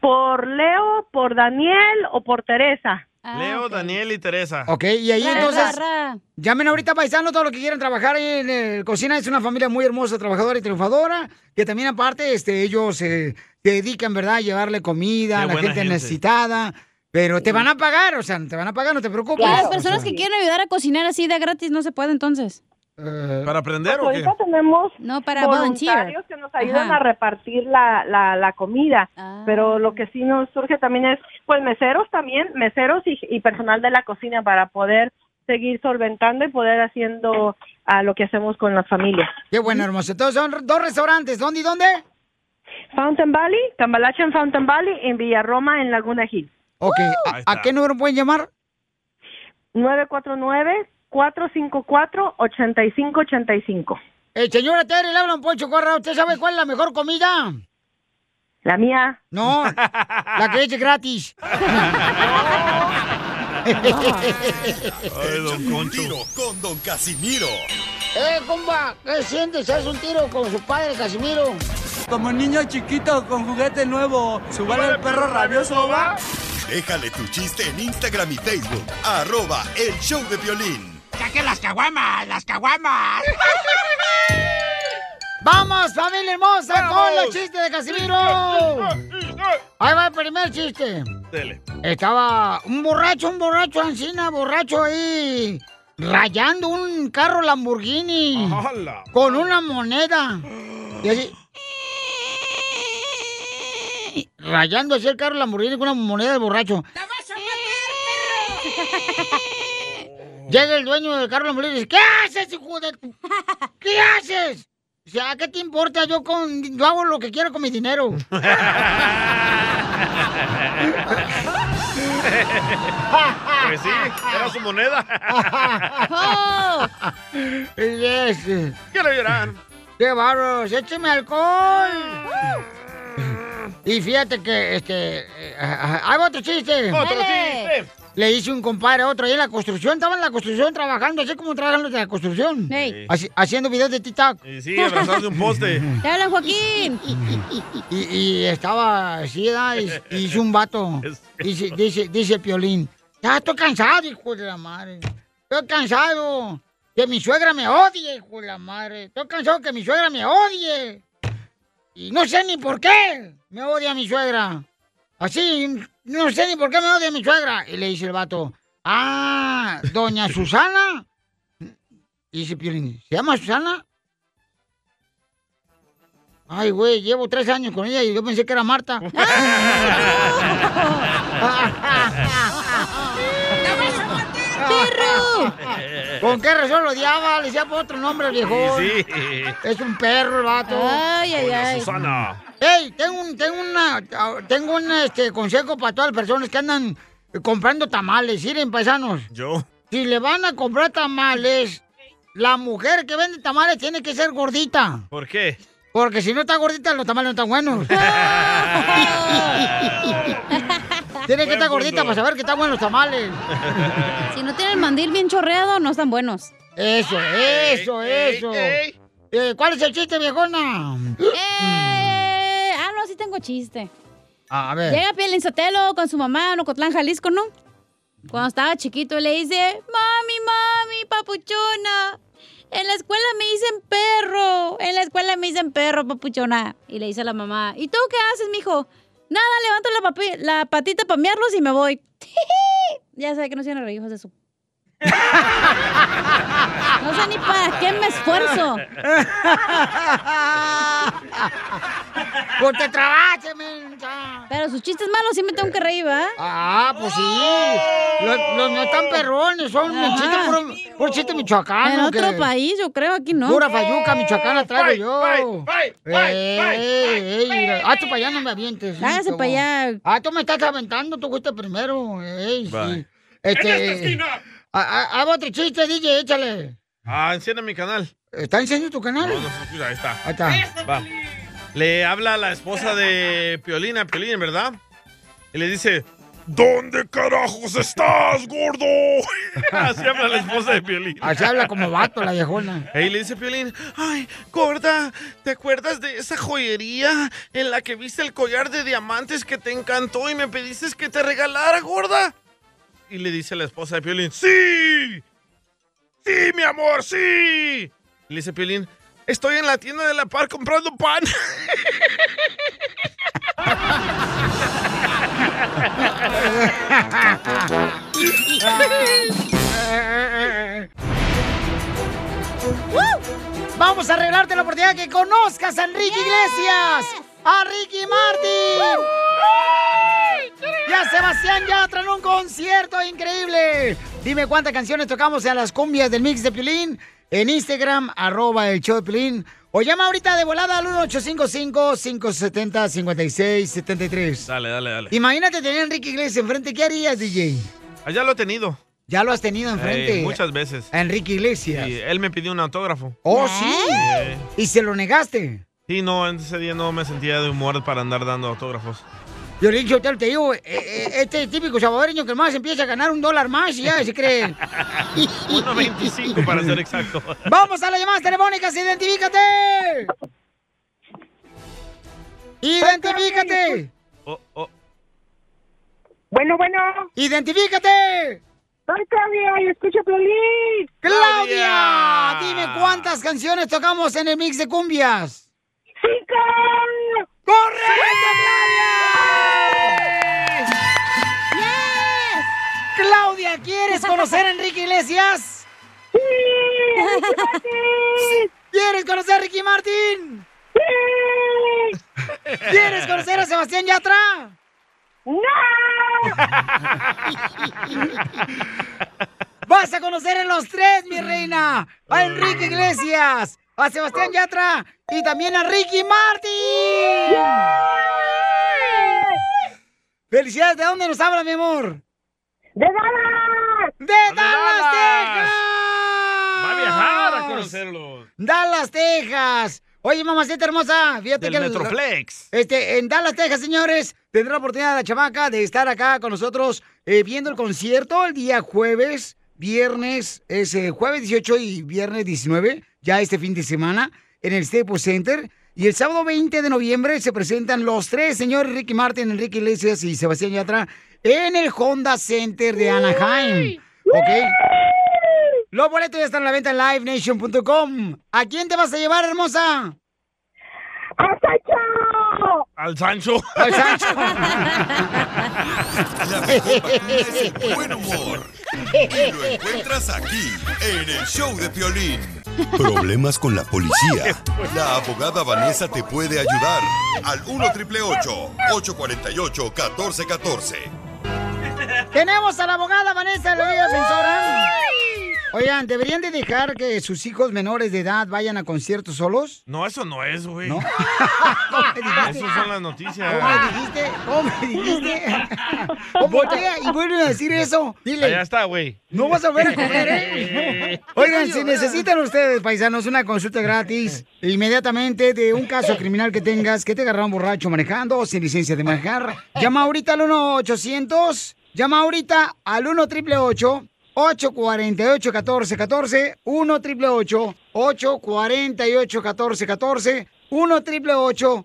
¿Por Leo, por Daniel o por Teresa?
Ah,
Ah.
Leo, Daniel y Teresa.
Ok, y ahí
Ra, ra,
entonces.
ra.
Llamen ahorita paisano todo lo que quieran trabajar en el cocina. Es una familia muy hermosa, trabajadora y triunfadora. Que también, aparte, este, ellos eh, se dedican, ¿verdad?, a llevarle comida
Qué
a la
buena
gente,
gente.
necesitada. Pero te van a pagar, o sea, te van a pagar, no te preocupes.
Las personas que quieren ayudar a cocinar así de gratis no se puede entonces.
eh,
¿Para aprender o qué?
tenemos
no, para volunteer.
voluntarios que nos ayudan a repartir la, la, la comida, pero lo que sí nos surge también es, pues meseros también, meseros y, y personal de la cocina para poder seguir solventando y poder haciendo ah, lo que hacemos con las familias.
Qué bueno, hermoso. Entonces son dos restaurantes, ¿dónde y dónde?
Fountain Valley, Cambalache en Fountain Valley, en Villarroma, en Laguna Hills.
Ok, ¿a- Ahí está. ¿a qué número pueden llamar?
949-454-8585.
Eh, señora Terry, le hablan Poncho Corra. ¿Usted sabe cuál es la mejor comida?
La mía.
No, la que eche gratis.
Échate un tiro con Don Casimiro.
¡Eh, compa! ¿Qué sientes? ¿Haz un tiro con su padre, Casimiro?
Como niño chiquito con juguete nuevo, subale
al
el
perro
perro rabioso va.
Déjale tu chiste en Instagram y Facebook. Arroba el show de violín.
¡Saque las caguamas! ¡Las caguamas! ¡Vamos, familia hermosa,
¡Vamos!
con los chistes de Casimiro! Ahí va el primer chiste.
Dele.
Estaba un borracho, un borracho, Ancina, borracho ahí, rayando un carro Lamborghini
¡Hala!
con una moneda. Y así, rayando así el carro Lamborghini con una moneda del borracho. Llega el dueño del carro Lamborghini y dice, ¿qué haces, hijo de tu- ¿Qué haces? O sea, ¿qué te importa? Yo, con... Yo hago lo que quiero con mi dinero.
Pues sí, era su moneda.
Yes.
Quiero llorar.
¡Qué barros! ¡Écheme alcohol! y fíjate que, este... eh, ah, ah, Hay otro chiste.
Otro Dale. chiste.
Le hice un compadre a otro ahí en la construcción. Estaba en la construcción trabajando, así como trabajan los de la construcción. Haci- haciendo videos de TikTok.
Y sí, abrazarse un poste.
¡Te hablan, Joaquín! Y, y estaba así, ¿verdad? y, y hizo un vato. Dice, dice, dice Piolín, ya estoy cansado, hijo de la madre. Estoy cansado que mi suegra me odie, hijo de la madre. Estoy cansado que mi suegra me odie. Y no sé ni por qué me odia mi suegra. Así, no sé ni por qué me odia mi suegra. Y le dice el vato, ah, doña Susana. Y dice Piolín, ¿se llama Susana? Ay, güey, llevo tres años con ella y yo pensé que era Marta. Ah. ¿Con qué razón lo odiaba? Le decía por otro nombre al viejo.
Y sí.
Es un perro el vato.
Ay, ay, Doña ay. Susana.
Ey, tengo un, tengo una, tengo un este, consejo para todas las personas que andan comprando tamales. Miren, paisanos.
Yo.
Si le van a comprar tamales, la mujer que vende tamales tiene que ser gordita.
¿Por qué?
Porque si no está gordita, los tamales no están buenos. Tiene que estar gordita para saber que están buenos los tamales.
Si no tienen mandil bien chorreado, no están buenos.
Eso, eso, eso. Eh, ¿Cuál es el chiste, viejona?
Eh, ah, no, sí tengo chiste.
A ver.
Llega Pielín Sotelo con su mamá en Ocotlán, Jalisco, ¿no? Cuando estaba chiquito le dice, mami, mami, papuchona, en la escuela me dicen perro, en la escuela me dicen perro, papuchona. Y le dice a la mamá, ¿y tú qué haces, mijo? Nada, levanto la, papi- la patita para mearlos y me voy. ya sabe que no sean hijos de su... no sé ni para qué me esfuerzo.
Porque trabaje, mensa.
Pero sus chistes malos sí me tengo que reír, ¿va?
Ah, pues sí. Los, los míos están perrones, son
Ajá.
chistes puro, puro chiste michoacano.
En otro país, yo creo, aquí no.
Pura fayuca michoacana traigo
Ay,
yo.
ay,
¡Ey, ey, ey! mira. Ah, tú para allá no me avientes.
Hágase
hijo.
pa' allá.
Ah, tú me estás aventando, tú fuiste primero. ¡Ey, sí!
Bye.
Este, ah, ah, Hago otro chiste, DJ, échale.
Ah, enciende mi canal.
¿Está enseñando tu canal?
No, no se escucha, ahí está.
Ahí está.
Va. Le habla la esposa de Piolina, Piolín, ¿verdad? Y le dice,
¿Dónde carajos estás, gordo?
Así habla la esposa de Piolín.
Así habla como vato la viejona.
Ahí le dice Piolín, ay, gorda, ¿te acuerdas de esa joyería en la que viste el collar de diamantes que te encantó y me pediste que te regalara, gorda? Y le dice la esposa de Piolín, ¡sí! ¡Sí, mi amor, sí! Y le dice Piolín, estoy en la tienda de la par comprando pan.
Ah. ¡Woo! Vamos a arreglarte la oportunidad que conozcas a Enrique Iglesias, a Ricky Martin y a Sebastián Yatra en un concierto increíble. Dime cuántas canciones tocamos en las cumbias del mix de Piolín en Instagram, arroba el show de Piolín. O llama ahorita de volada al 1855-570-5673.
Dale, dale, dale.
Imagínate tener a Enrique Iglesias enfrente. ¿Qué harías, DJ?
Allá Ah, lo he tenido.
Ya lo has tenido enfrente.
Ey, muchas veces.
A Enrique Iglesias.
Y él me pidió un autógrafo.
Oh, sí. ¿Y se lo negaste?
Sí, no, en ese día no me sentía de humor para andar dando autógrafos.
Yo le dije, te digo, eh, eh, este típico salvadoreño que más empieza a ganar un dólar más y ya se cree.
1.25 para ser exacto.
Vamos a las llamadas telefónicas, identifícate. Identifícate.
Oh, oh.
Bueno, bueno. Identifícate.
Soy Claudia y escucho Piolín.
Claudia, dime cuántas canciones tocamos en el mix de cumbias.
¡Cinco!
¡Correcto, Claudia! Claudia, ¿quieres conocer a Enrique Iglesias?
¡Sí! Ricky Martin!
¿Quieres conocer a Ricky Martin?
¡Sí!
¿Quieres conocer a Sebastián Yatra?
¡No!
Vas a conocer a los tres, mi reina. A Enrique Iglesias, a Sebastián Yatra y también a Ricky Martin. Felicidades, ¿de dónde nos habla, mi amor?
¡De Dallas!
¡De Dallas, Texas!
Va a viajar a conocerlo.
Dallas, Texas. Oye, mamacita hermosa, fíjate
Del
que... el-
Metroplex.
Este, en Dallas, Texas, señores, tendrá la oportunidad la chamaca de estar acá con nosotros eh, viendo el concierto el día jueves, viernes, es eh, jueves 18 y viernes 19, ya este fin de semana, en el Staples Center. Y el sábado 20 de noviembre se presentan los tres señores, Ricky Martin, Enrique Iglesias y Sebastián Yatra, en el Honda Center de Anaheim. ¿Ok? Los boletos ya están a la venta en livenation.com. ¿A quién te vas a llevar, hermosa?
¡A
Al Sancho.
Al Sancho.
La mejor vacuna es el buen humor. Y lo encuentras aquí, en el show de Piolín.
Problemas con la
Policía. La abogada Vanessa te puede ayudar. Al 1 triple 848 1414.
Tenemos a la abogada Vanessa, la Liga defensora. Oigan, ¿deberían de dejar que sus hijos menores de edad vayan a conciertos solos?
No, eso no es, güey.
dijiste?
Esas son las
¿Cómo me
noticias.
dijiste? ¿Cómo me dijiste? ¿Cómo qué? Y vuelven a decir eso. Dile.
Allá está, güey.
No vas a volver a comer, ¿eh? Oigan, si necesitan ustedes, paisanos, una consulta gratis inmediatamente de un caso criminal que tengas, que te agarraron borracho manejando o sin licencia de manejar, llama ahorita al 1-800, llama ahorita al 1 888 848 1414 1 888 848 1414 1 888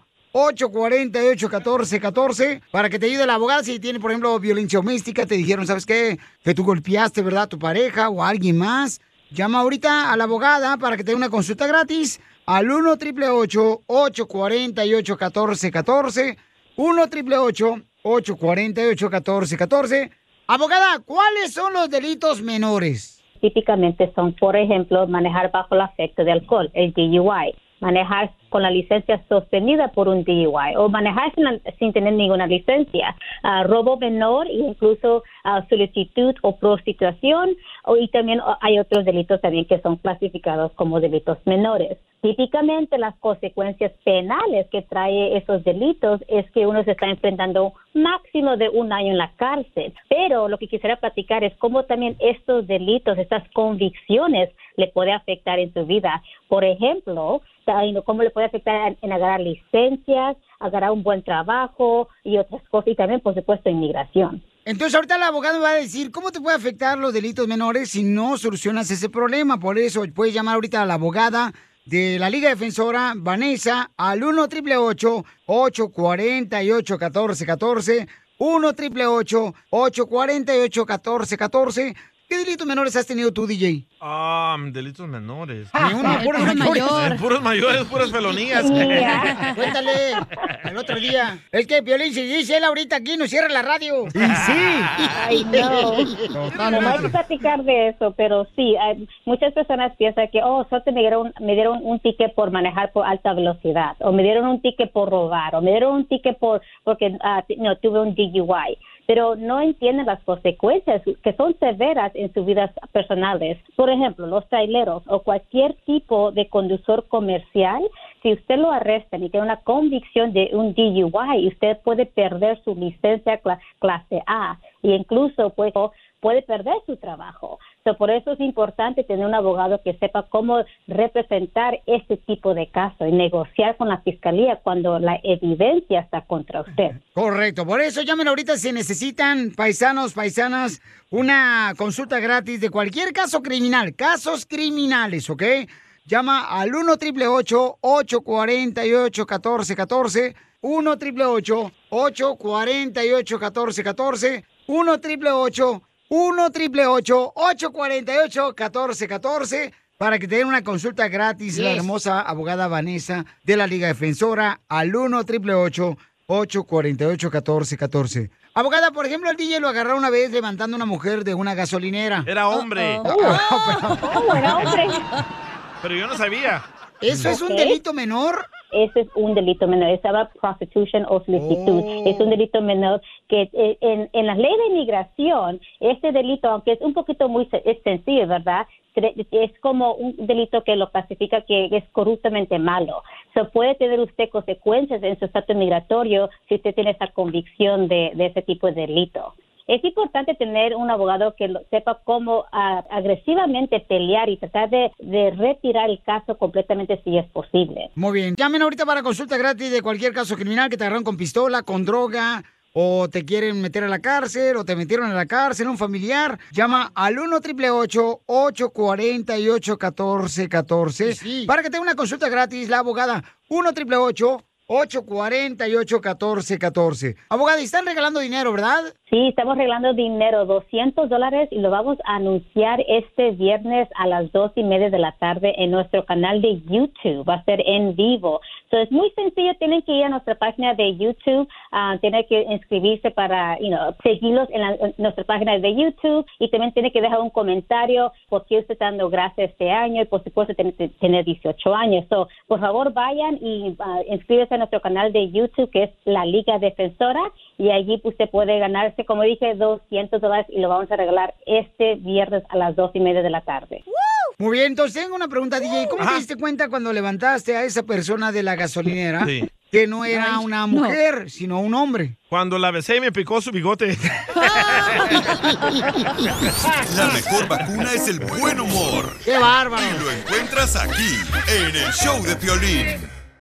848-1414 para que te ayude la abogada si tiene, por ejemplo, violencia doméstica. Te dijeron, ¿sabes qué? Que tú golpeaste, ¿verdad? A tu pareja o a alguien más. Llama ahorita a la abogada para que te dé una consulta gratis al 1 888 848 1414 1 888 848 1414 Abogada, ¿cuáles son los delitos menores?
típicamente son, por ejemplo, manejar bajo el afecto de alcohol, el DUI, manejar con la licencia sostenida por un DUI o manejar sin, sin tener ninguna licencia, ah, robo menor e incluso ah, solicitud o prostitución o- y también ah, hay otros delitos también que son clasificados como delitos menores. Típicamente las consecuencias penales que trae esos delitos es que uno se está enfrentando máximo de un año en la cárcel. Pero lo que quisiera platicar es cómo también estos delitos, estas convicciones le puede afectar en su vida. Por ejemplo, ay, no, cómo le puede afectar en- en agarrar licencias, agarrar un buen trabajo y otras cosas. Y también, por supuesto, inmigración.
Entonces ahorita el abogado va a decir, ¿cómo te puede afectar los delitos menores si no solucionas ese problema? Por eso puedes llamar ahorita a la abogada de la Liga Defensora, Vanessa, al 1 888 848 1414 1 888 848 1414 ¿Qué delitos menores has tenido tú, DJ?
Ah, delitos menores.
Ni uno, Ah, puros
Puro
mayores.
mayor. Puros mayores, puras felonías.
Cuéntale el otro día. Es que Piolín, si dice él ahorita aquí, nos cierra la radio.
Y sí. Ay, no.
No
Totalmente.
vamos a platicar de eso, pero sí, hay- muchas personas piensan que, oh, solo me dieron, me dieron un ticket por manejar por alta velocidad, o me dieron un ticket por robar, o me dieron un ticket por, porque ah, t- no tuve un DUI. Pero no entienden las consecuencias que son severas en sus vidas personales. Por ejemplo, los traileros o cualquier tipo de conductor comercial, si usted lo arrestan y tiene una convicción de un DUI, usted puede perder su licencia cla- clase A y incluso pues, o puede perder su trabajo. So, por eso es importante tener un abogado que sepa cómo representar este tipo de caso y negociar con la fiscalía cuando la evidencia está contra usted.
Correcto, por eso llamen ahorita si necesitan, paisanos, paisanas, una consulta gratis de cualquier caso criminal, casos criminales, ¿ok? Llama al 1 888 848 1414 1 888 848 1414 1 888 1 848 1414 para que te den una consulta gratis la
Yes.
hermosa abogada Vanessa de la Liga Defensora al 1 888 848 1414 Abogada, por ejemplo, al DJ lo agarraron una vez levantando una mujer de una gasolinera. Oh,
Era hombre.
Oh, era hombre.
Pero yo no sabía.
¿Eso es un delito menor?
Ese es un delito menor. Estaba prostitution o solicitud.
Oh.
Es un delito menor que eh, en, en la ley de inmigración, este delito, aunque es un poquito muy se- es sencillo, ¿verdad? Cre- Es como un delito que lo clasifica que es corruptamente malo. So, puede tener usted consecuencias en su estatus migratorio si usted tiene esa convicción de, de ese tipo de delito. Es importante tener un abogado que lo- sepa cómo ah, agresivamente pelear y tratar de, de retirar el caso completamente si es posible.
Muy bien. Llamen ahorita para consulta gratis de cualquier caso criminal que te agarraron con pistola, con droga, o te quieren meter a la cárcel, o te metieron a la cárcel, un familiar. Llama al 1 888 848 1414 para que tenga una consulta gratis la abogada. 1 888 848 1414 Abogada, y están regalando dinero, ¿verdad?
Sí, estamos regalando dinero, 200 dólares, y lo vamos a anunciar este viernes a las dos y media de la tarde en nuestro canal de YouTube. Va a ser en vivo. So, es muy sencillo, tienen que ir a nuestra página de YouTube, ah, tienen que inscribirse para, you know, seguirlos en, la- en nuestra página de YouTube y también tienen que dejar un comentario por qué usted está dando gracias este año y por supuesto tiene que tener 18 años. So, por favor, vayan y ah, inscríbase a nuestro canal de YouTube que es La Liga Defensora y allí usted puede ganarse, como dije, 200 dólares y lo vamos a regalar este viernes a las dos y media de la tarde.
Muy bien, entonces tengo una pregunta, DJ. ¿Cómo te diste cuenta cuando levantaste a esa persona de la gasolinera
Sí.
que no era
Ay,
una
no.
mujer, sino un hombre?
Cuando la besé me picó su bigote.
La mejor vacuna es el buen humor.
¡Qué bárbaro!
Y lo encuentras aquí, en el show de Piolín.